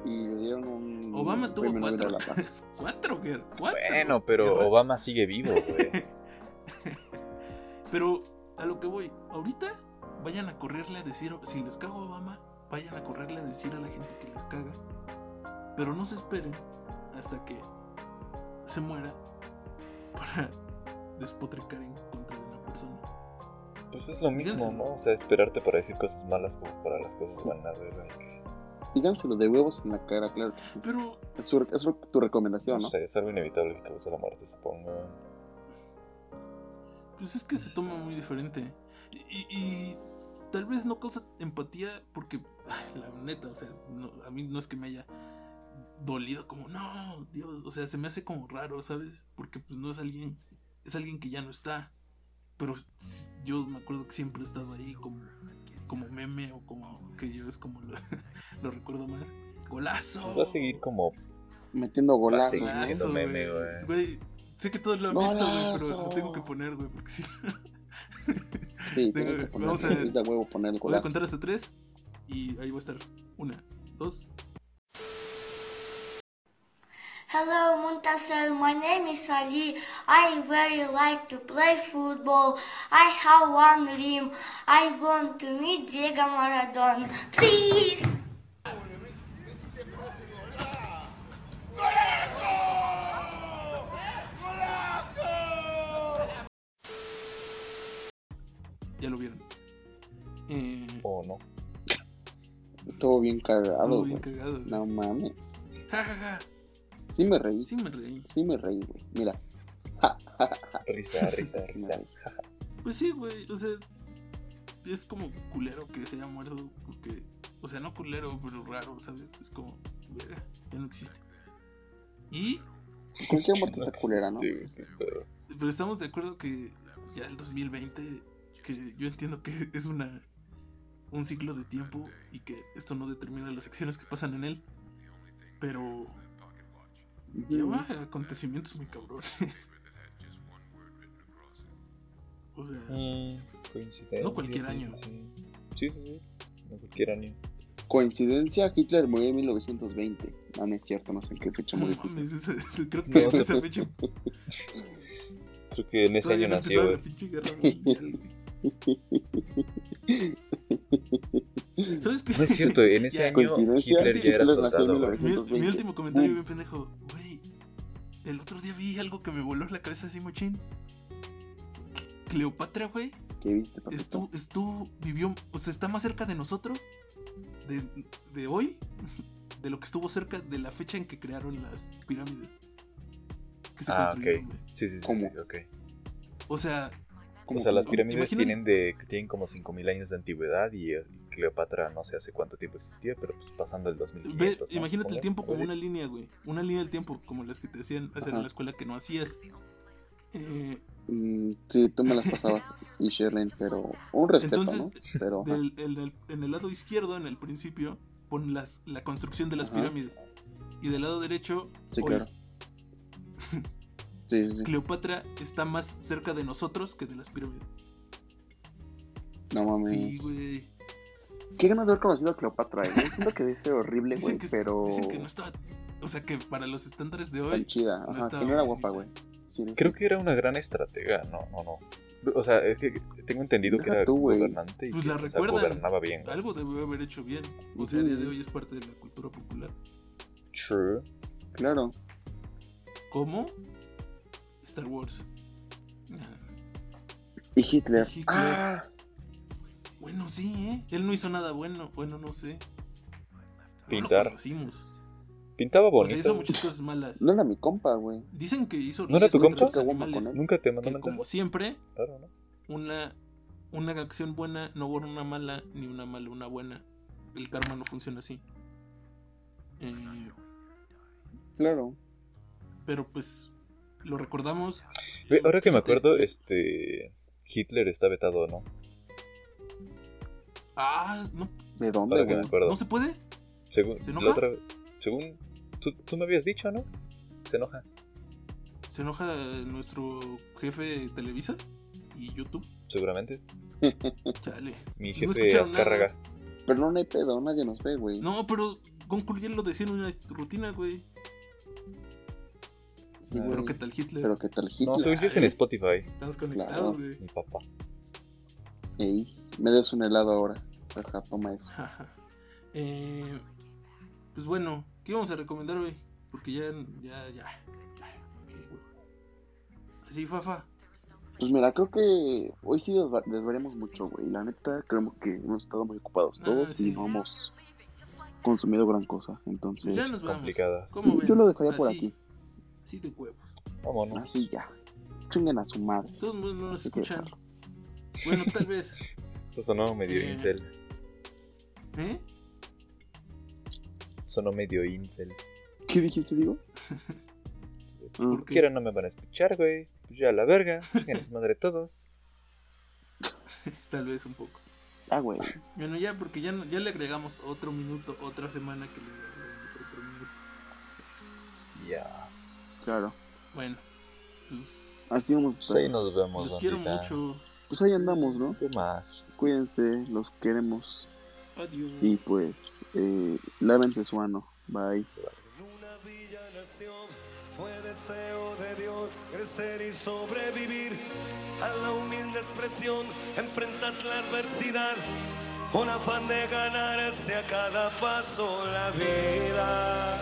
Speaker 5: Y le dieron un.
Speaker 1: Obama tuvo
Speaker 5: premio Nobel
Speaker 1: cuatro.
Speaker 5: de la paz.
Speaker 1: cuatro, güey, cuatro.
Speaker 3: Bueno, pero
Speaker 1: Qué
Speaker 3: Obama sigue vivo, güey.
Speaker 1: Pero a lo que voy, ahorita vayan a correrle a decir, si les cago a Obama, vayan a correrle a decir a la gente que les caga. Pero no se esperen hasta que se muera para despotricar en contra de una persona.
Speaker 3: Pues es lo mismo,
Speaker 1: Díganselo.
Speaker 3: ¿no? O sea, esperarte para decir cosas malas como para las cosas buenas, güey.
Speaker 5: Díganselo de huevos en la cara, claro que sí.
Speaker 1: Pero
Speaker 5: Es, su- es su- tu recomendación,
Speaker 3: No
Speaker 5: ¿no?
Speaker 3: sé, es algo inevitable que causa la muerte, supongo.
Speaker 1: pues es que se toma muy diferente. Y, y- y tal vez no causa empatía porque, ay, la neta, o sea, no- a mí no es que me haya dolido como, no, Dios, o sea, se me hace como raro, ¿sabes? Porque pues no es alguien, es alguien que ya no está. Pero s- yo me acuerdo que siempre he estado ahí como, como meme o como que yo es como lo, lo recuerdo más. Golazo.
Speaker 3: Va a seguir como
Speaker 5: Metiendo golazos,
Speaker 3: seguir
Speaker 5: ¿no?
Speaker 3: siendo
Speaker 1: Golazo,
Speaker 3: meme,
Speaker 1: güey.
Speaker 3: güey.
Speaker 1: Güey, Sé que todos lo han visto, güey, pero lo
Speaker 5: Golazo.
Speaker 1: tengo que poner, güey, porque si no-
Speaker 5: Sí,
Speaker 1: Digo,
Speaker 5: tienes que poner,
Speaker 1: vamos a-
Speaker 5: es de huevo poner el
Speaker 1: Voy a
Speaker 5: golazo.
Speaker 1: contar hasta tres y ahí va a estar. Una, dos.
Speaker 6: Hello, Muntasser. My name is Ali. I very like to play football. I have one dream. I want to meet Diego Maradona. Please.
Speaker 1: Ya lo vieron. Eh,
Speaker 3: o oh, no.
Speaker 5: Estuvo bien cagado,
Speaker 1: todo
Speaker 5: güey.
Speaker 1: bien cagado. güey.
Speaker 5: No mames.
Speaker 1: Ja, ja, ja.
Speaker 5: Sí me reí,
Speaker 1: Sí me reí.
Speaker 5: sí me reí, güey. Mira,
Speaker 3: Risa, risa,
Speaker 5: Ah, sí me
Speaker 3: risa.
Speaker 5: reí.
Speaker 1: Pues sí, güey. O sea, es como culero que se haya muerto. Porque, o sea, no culero, pero raro, ¿sabes? Es como, verga, ya no existe. Y,
Speaker 5: Cualquier muerte está culera, ¿no?
Speaker 3: Sí, sí, pero-
Speaker 1: pero estamos de acuerdo que ya el 2020, que yo entiendo que es una un ciclo de tiempo y que esto no determina las acciones que pasan en él. Pero
Speaker 2: Mm.
Speaker 1: lleva acontecimientos muy cabrones. O sea,
Speaker 3: Mm, coincidencia.
Speaker 1: No cualquier
Speaker 3: sí,
Speaker 1: año.
Speaker 3: Sí, sí, sí. sí. No cualquier año.
Speaker 5: Coincidencia, Hitler murió en 1920. No, no es cierto, no sé en qué fecha
Speaker 1: no
Speaker 5: murió.
Speaker 1: mames, esa- creo que
Speaker 3: No.
Speaker 1: en esa fecha
Speaker 3: Creo que en ese
Speaker 1: todavía
Speaker 3: año
Speaker 1: no
Speaker 3: nació.
Speaker 1: empezaba la
Speaker 3: güey.
Speaker 1: pinche guerra mundial. güey. ¿Sabes qué?
Speaker 3: No es cierto, en ese
Speaker 1: Ya,
Speaker 3: año
Speaker 5: coincidencia,
Speaker 3: Hitler ya era
Speaker 5: Hitler nació en
Speaker 3: soldado. güey.
Speaker 5: 1920.
Speaker 1: Mi, mi
Speaker 5: 220.
Speaker 1: último comentario
Speaker 5: Boom.
Speaker 1: bien pendejo. Güey, el otro día vi algo que me voló la cabeza así mochín. Que Cleopatra, güey,
Speaker 5: ¿Qué viste, papito?
Speaker 1: estuvo, estuvo, vivió, o sea, está más cerca de nosotros, de, de hoy, de lo que estuvo cerca de la fecha en que crearon las pirámides. Que se
Speaker 3: Ah,
Speaker 1: construyeron, güey.
Speaker 3: Sí, sí, sí.
Speaker 5: ¿Cómo?
Speaker 3: sí, ok.
Speaker 1: O sea,
Speaker 3: O sea, las
Speaker 1: ¿Te
Speaker 3: pirámides
Speaker 1: imaginas?
Speaker 3: tienen de tienen como 5000 años de antigüedad y, eh, Cleopatra no sé hace cuánto tiempo existía, pero pues pasando el 2500.
Speaker 1: ve,
Speaker 3: ¿no?
Speaker 1: imagínate el
Speaker 3: Supongo.
Speaker 1: tiempo como
Speaker 3: Sí.
Speaker 1: una línea, güey. Una línea del tiempo, como las que te hacían hacer en
Speaker 5: Ajá.
Speaker 1: la escuela que no hacías. Eh,
Speaker 5: Mm, sí, tú me las pasabas. y Sherlyn, pero. Un respeto,
Speaker 1: Entonces,
Speaker 5: ¿no? Pero. ajá.
Speaker 1: del- en, el, en el lado izquierdo, en el principio, pon las, la construcción de las
Speaker 5: Ajá.
Speaker 1: pirámides. Y del lado derecho,
Speaker 5: Sí,
Speaker 1: hoy,
Speaker 5: claro. Sí, sí, sí.
Speaker 1: Cleopatra está más cerca de nosotros que de las pirámides.
Speaker 5: No mames.
Speaker 1: Sí, güey.
Speaker 2: Qué ganas de haber conocido a Cleopatra, eh. Siento que debe ser horrible, güey,
Speaker 1: Dicen que,
Speaker 2: pero.
Speaker 1: dicen que no estaba. O sea, que para los estándares de
Speaker 5: Tan
Speaker 1: hoy.
Speaker 5: chida.
Speaker 1: no
Speaker 5: Ajá,
Speaker 1: estaba
Speaker 5: que no era
Speaker 1: bonita.
Speaker 5: guapa, güey. Sí, sí.
Speaker 3: Creo que era una gran estratega, no, no, no. O sea, es que tengo entendido que
Speaker 5: Deja
Speaker 3: era
Speaker 5: tú, güey.
Speaker 3: gobernante y
Speaker 1: Pues
Speaker 3: que,
Speaker 1: la
Speaker 3: o sea,
Speaker 1: recuerdan. Ah.
Speaker 3: gobernaba bien. güey.
Speaker 1: Algo debió haber hecho bien. O sea, a día de hoy es parte de la cultura popular.
Speaker 3: True.
Speaker 5: Claro.
Speaker 1: ¿Cómo? Star Wars. Ah,
Speaker 5: Y Hitler.
Speaker 1: Hitler.
Speaker 5: Ah,
Speaker 1: Bueno, sí, ¿eh? Él no hizo nada bueno. Bueno, no sé. No lo
Speaker 3: Pintar.
Speaker 1: conocimos.
Speaker 3: Pintaba
Speaker 1: O sea,
Speaker 3: bonito.
Speaker 1: hizo muchas cosas malas.
Speaker 5: no era mi compa, güey.
Speaker 1: Dicen que hizo.
Speaker 3: ¿No era tu
Speaker 1: leyes
Speaker 3: compa?
Speaker 1: contra los
Speaker 5: Caguama con
Speaker 1: animales,
Speaker 5: él.
Speaker 3: Nunca te mandó
Speaker 1: que, como
Speaker 3: mensajes.
Speaker 1: siempre,
Speaker 3: Claro, ¿no?
Speaker 1: una, una acción buena no borra una mala, ni una mala una buena. El karma no funciona así. Eh,
Speaker 5: Claro.
Speaker 1: pero pues lo recordamos.
Speaker 3: Ve, Ahora que me
Speaker 1: Fíjate,
Speaker 3: acuerdo,
Speaker 1: eh,
Speaker 3: este Hitler está vetado, ¿no?
Speaker 1: Ah, no,
Speaker 5: ¿De dónde,
Speaker 3: Ahora que me
Speaker 5: güey?
Speaker 3: acuerdo.
Speaker 1: ¿no se puede?
Speaker 3: Según,
Speaker 1: ¿Se
Speaker 3: la
Speaker 1: enoja?
Speaker 3: otra- según tú, tú me habías dicho, ¿no? Se enoja.
Speaker 1: Se enoja nuestro jefe de Televisa y YouTube.
Speaker 3: Seguramente.
Speaker 1: Chale.
Speaker 3: Mi
Speaker 1: No
Speaker 3: jefe
Speaker 1: escucharon nada.
Speaker 3: Azcárraga.
Speaker 5: Pero no, no hay pedo, nadie nos ve, güey.
Speaker 1: No, pero concluyen lo decía en una rutina, güey.
Speaker 5: Sí,
Speaker 3: Ah,
Speaker 5: güey.
Speaker 1: Pero qué tal Hitler.
Speaker 5: Pero qué tal
Speaker 3: No,
Speaker 5: Hitler.
Speaker 3: según yo es en Spotify.
Speaker 1: Estamos
Speaker 5: Claro.
Speaker 1: conectados, güey.
Speaker 3: Mi papá.
Speaker 5: Ey, me des un helado ahora. Ajá, toma eso.
Speaker 1: Ajá. Eh, pues bueno, ¿qué vamos a recomendar hoy? Porque ya, ya, ya. ya, qué huevo. Así, Fafa.
Speaker 5: Pues mira, creo que hoy sí desva- desvariamos mucho, güey. La neta, creemos que hemos estado muy ocupados
Speaker 1: Ah,
Speaker 5: todos
Speaker 1: sí.
Speaker 5: y no hemos consumido gran cosa. Entonces,
Speaker 1: Pues ya nos vamos.
Speaker 3: Complicadas.
Speaker 1: ¿Cómo ven?
Speaker 5: yo lo dejaría por
Speaker 1: Así,
Speaker 5: aquí.
Speaker 1: Así de huevo.
Speaker 3: Vámonos.
Speaker 5: Así ah, ya. Chinguen a su madre.
Speaker 1: Todos no no nos
Speaker 5: Hay que
Speaker 1: escuchan.
Speaker 5: dejarlo.
Speaker 1: Bueno, tal vez.
Speaker 3: Eso sonó medio
Speaker 1: Eh.
Speaker 3: incel.
Speaker 1: ¿Eh?
Speaker 3: Sonó medio incel.
Speaker 5: ¿Qué dijiste, digo? Mm,
Speaker 1: ¿Por
Speaker 3: Porque ahora no me van a escuchar, güey. Pues ya a la verga. Chinguen a su madre todos.
Speaker 1: Tal vez un poco.
Speaker 5: Ah, güey.
Speaker 1: Bueno, ya, porque ya, no- ya le agregamos otro minuto, otra semana que le agregamos otro minuto.
Speaker 3: Ya.
Speaker 5: Claro.
Speaker 1: Bueno, pues.
Speaker 5: Así vamos a
Speaker 3: Pues ahí
Speaker 5: estar.
Speaker 3: nos vemos,
Speaker 1: Los quiero
Speaker 3: bandita.
Speaker 1: mucho.
Speaker 5: Pues ahí andamos, ¿no?
Speaker 3: ¿Qué más?
Speaker 5: Cuídense, los queremos.
Speaker 1: Adiós.
Speaker 5: Y pues, eh, lávense su mano. Bye.
Speaker 7: En una villa nación fue deseo de Dios crecer y sobrevivir a la humilde expresión, enfrentar la adversidad, con afán de ganarse a cada paso la vida.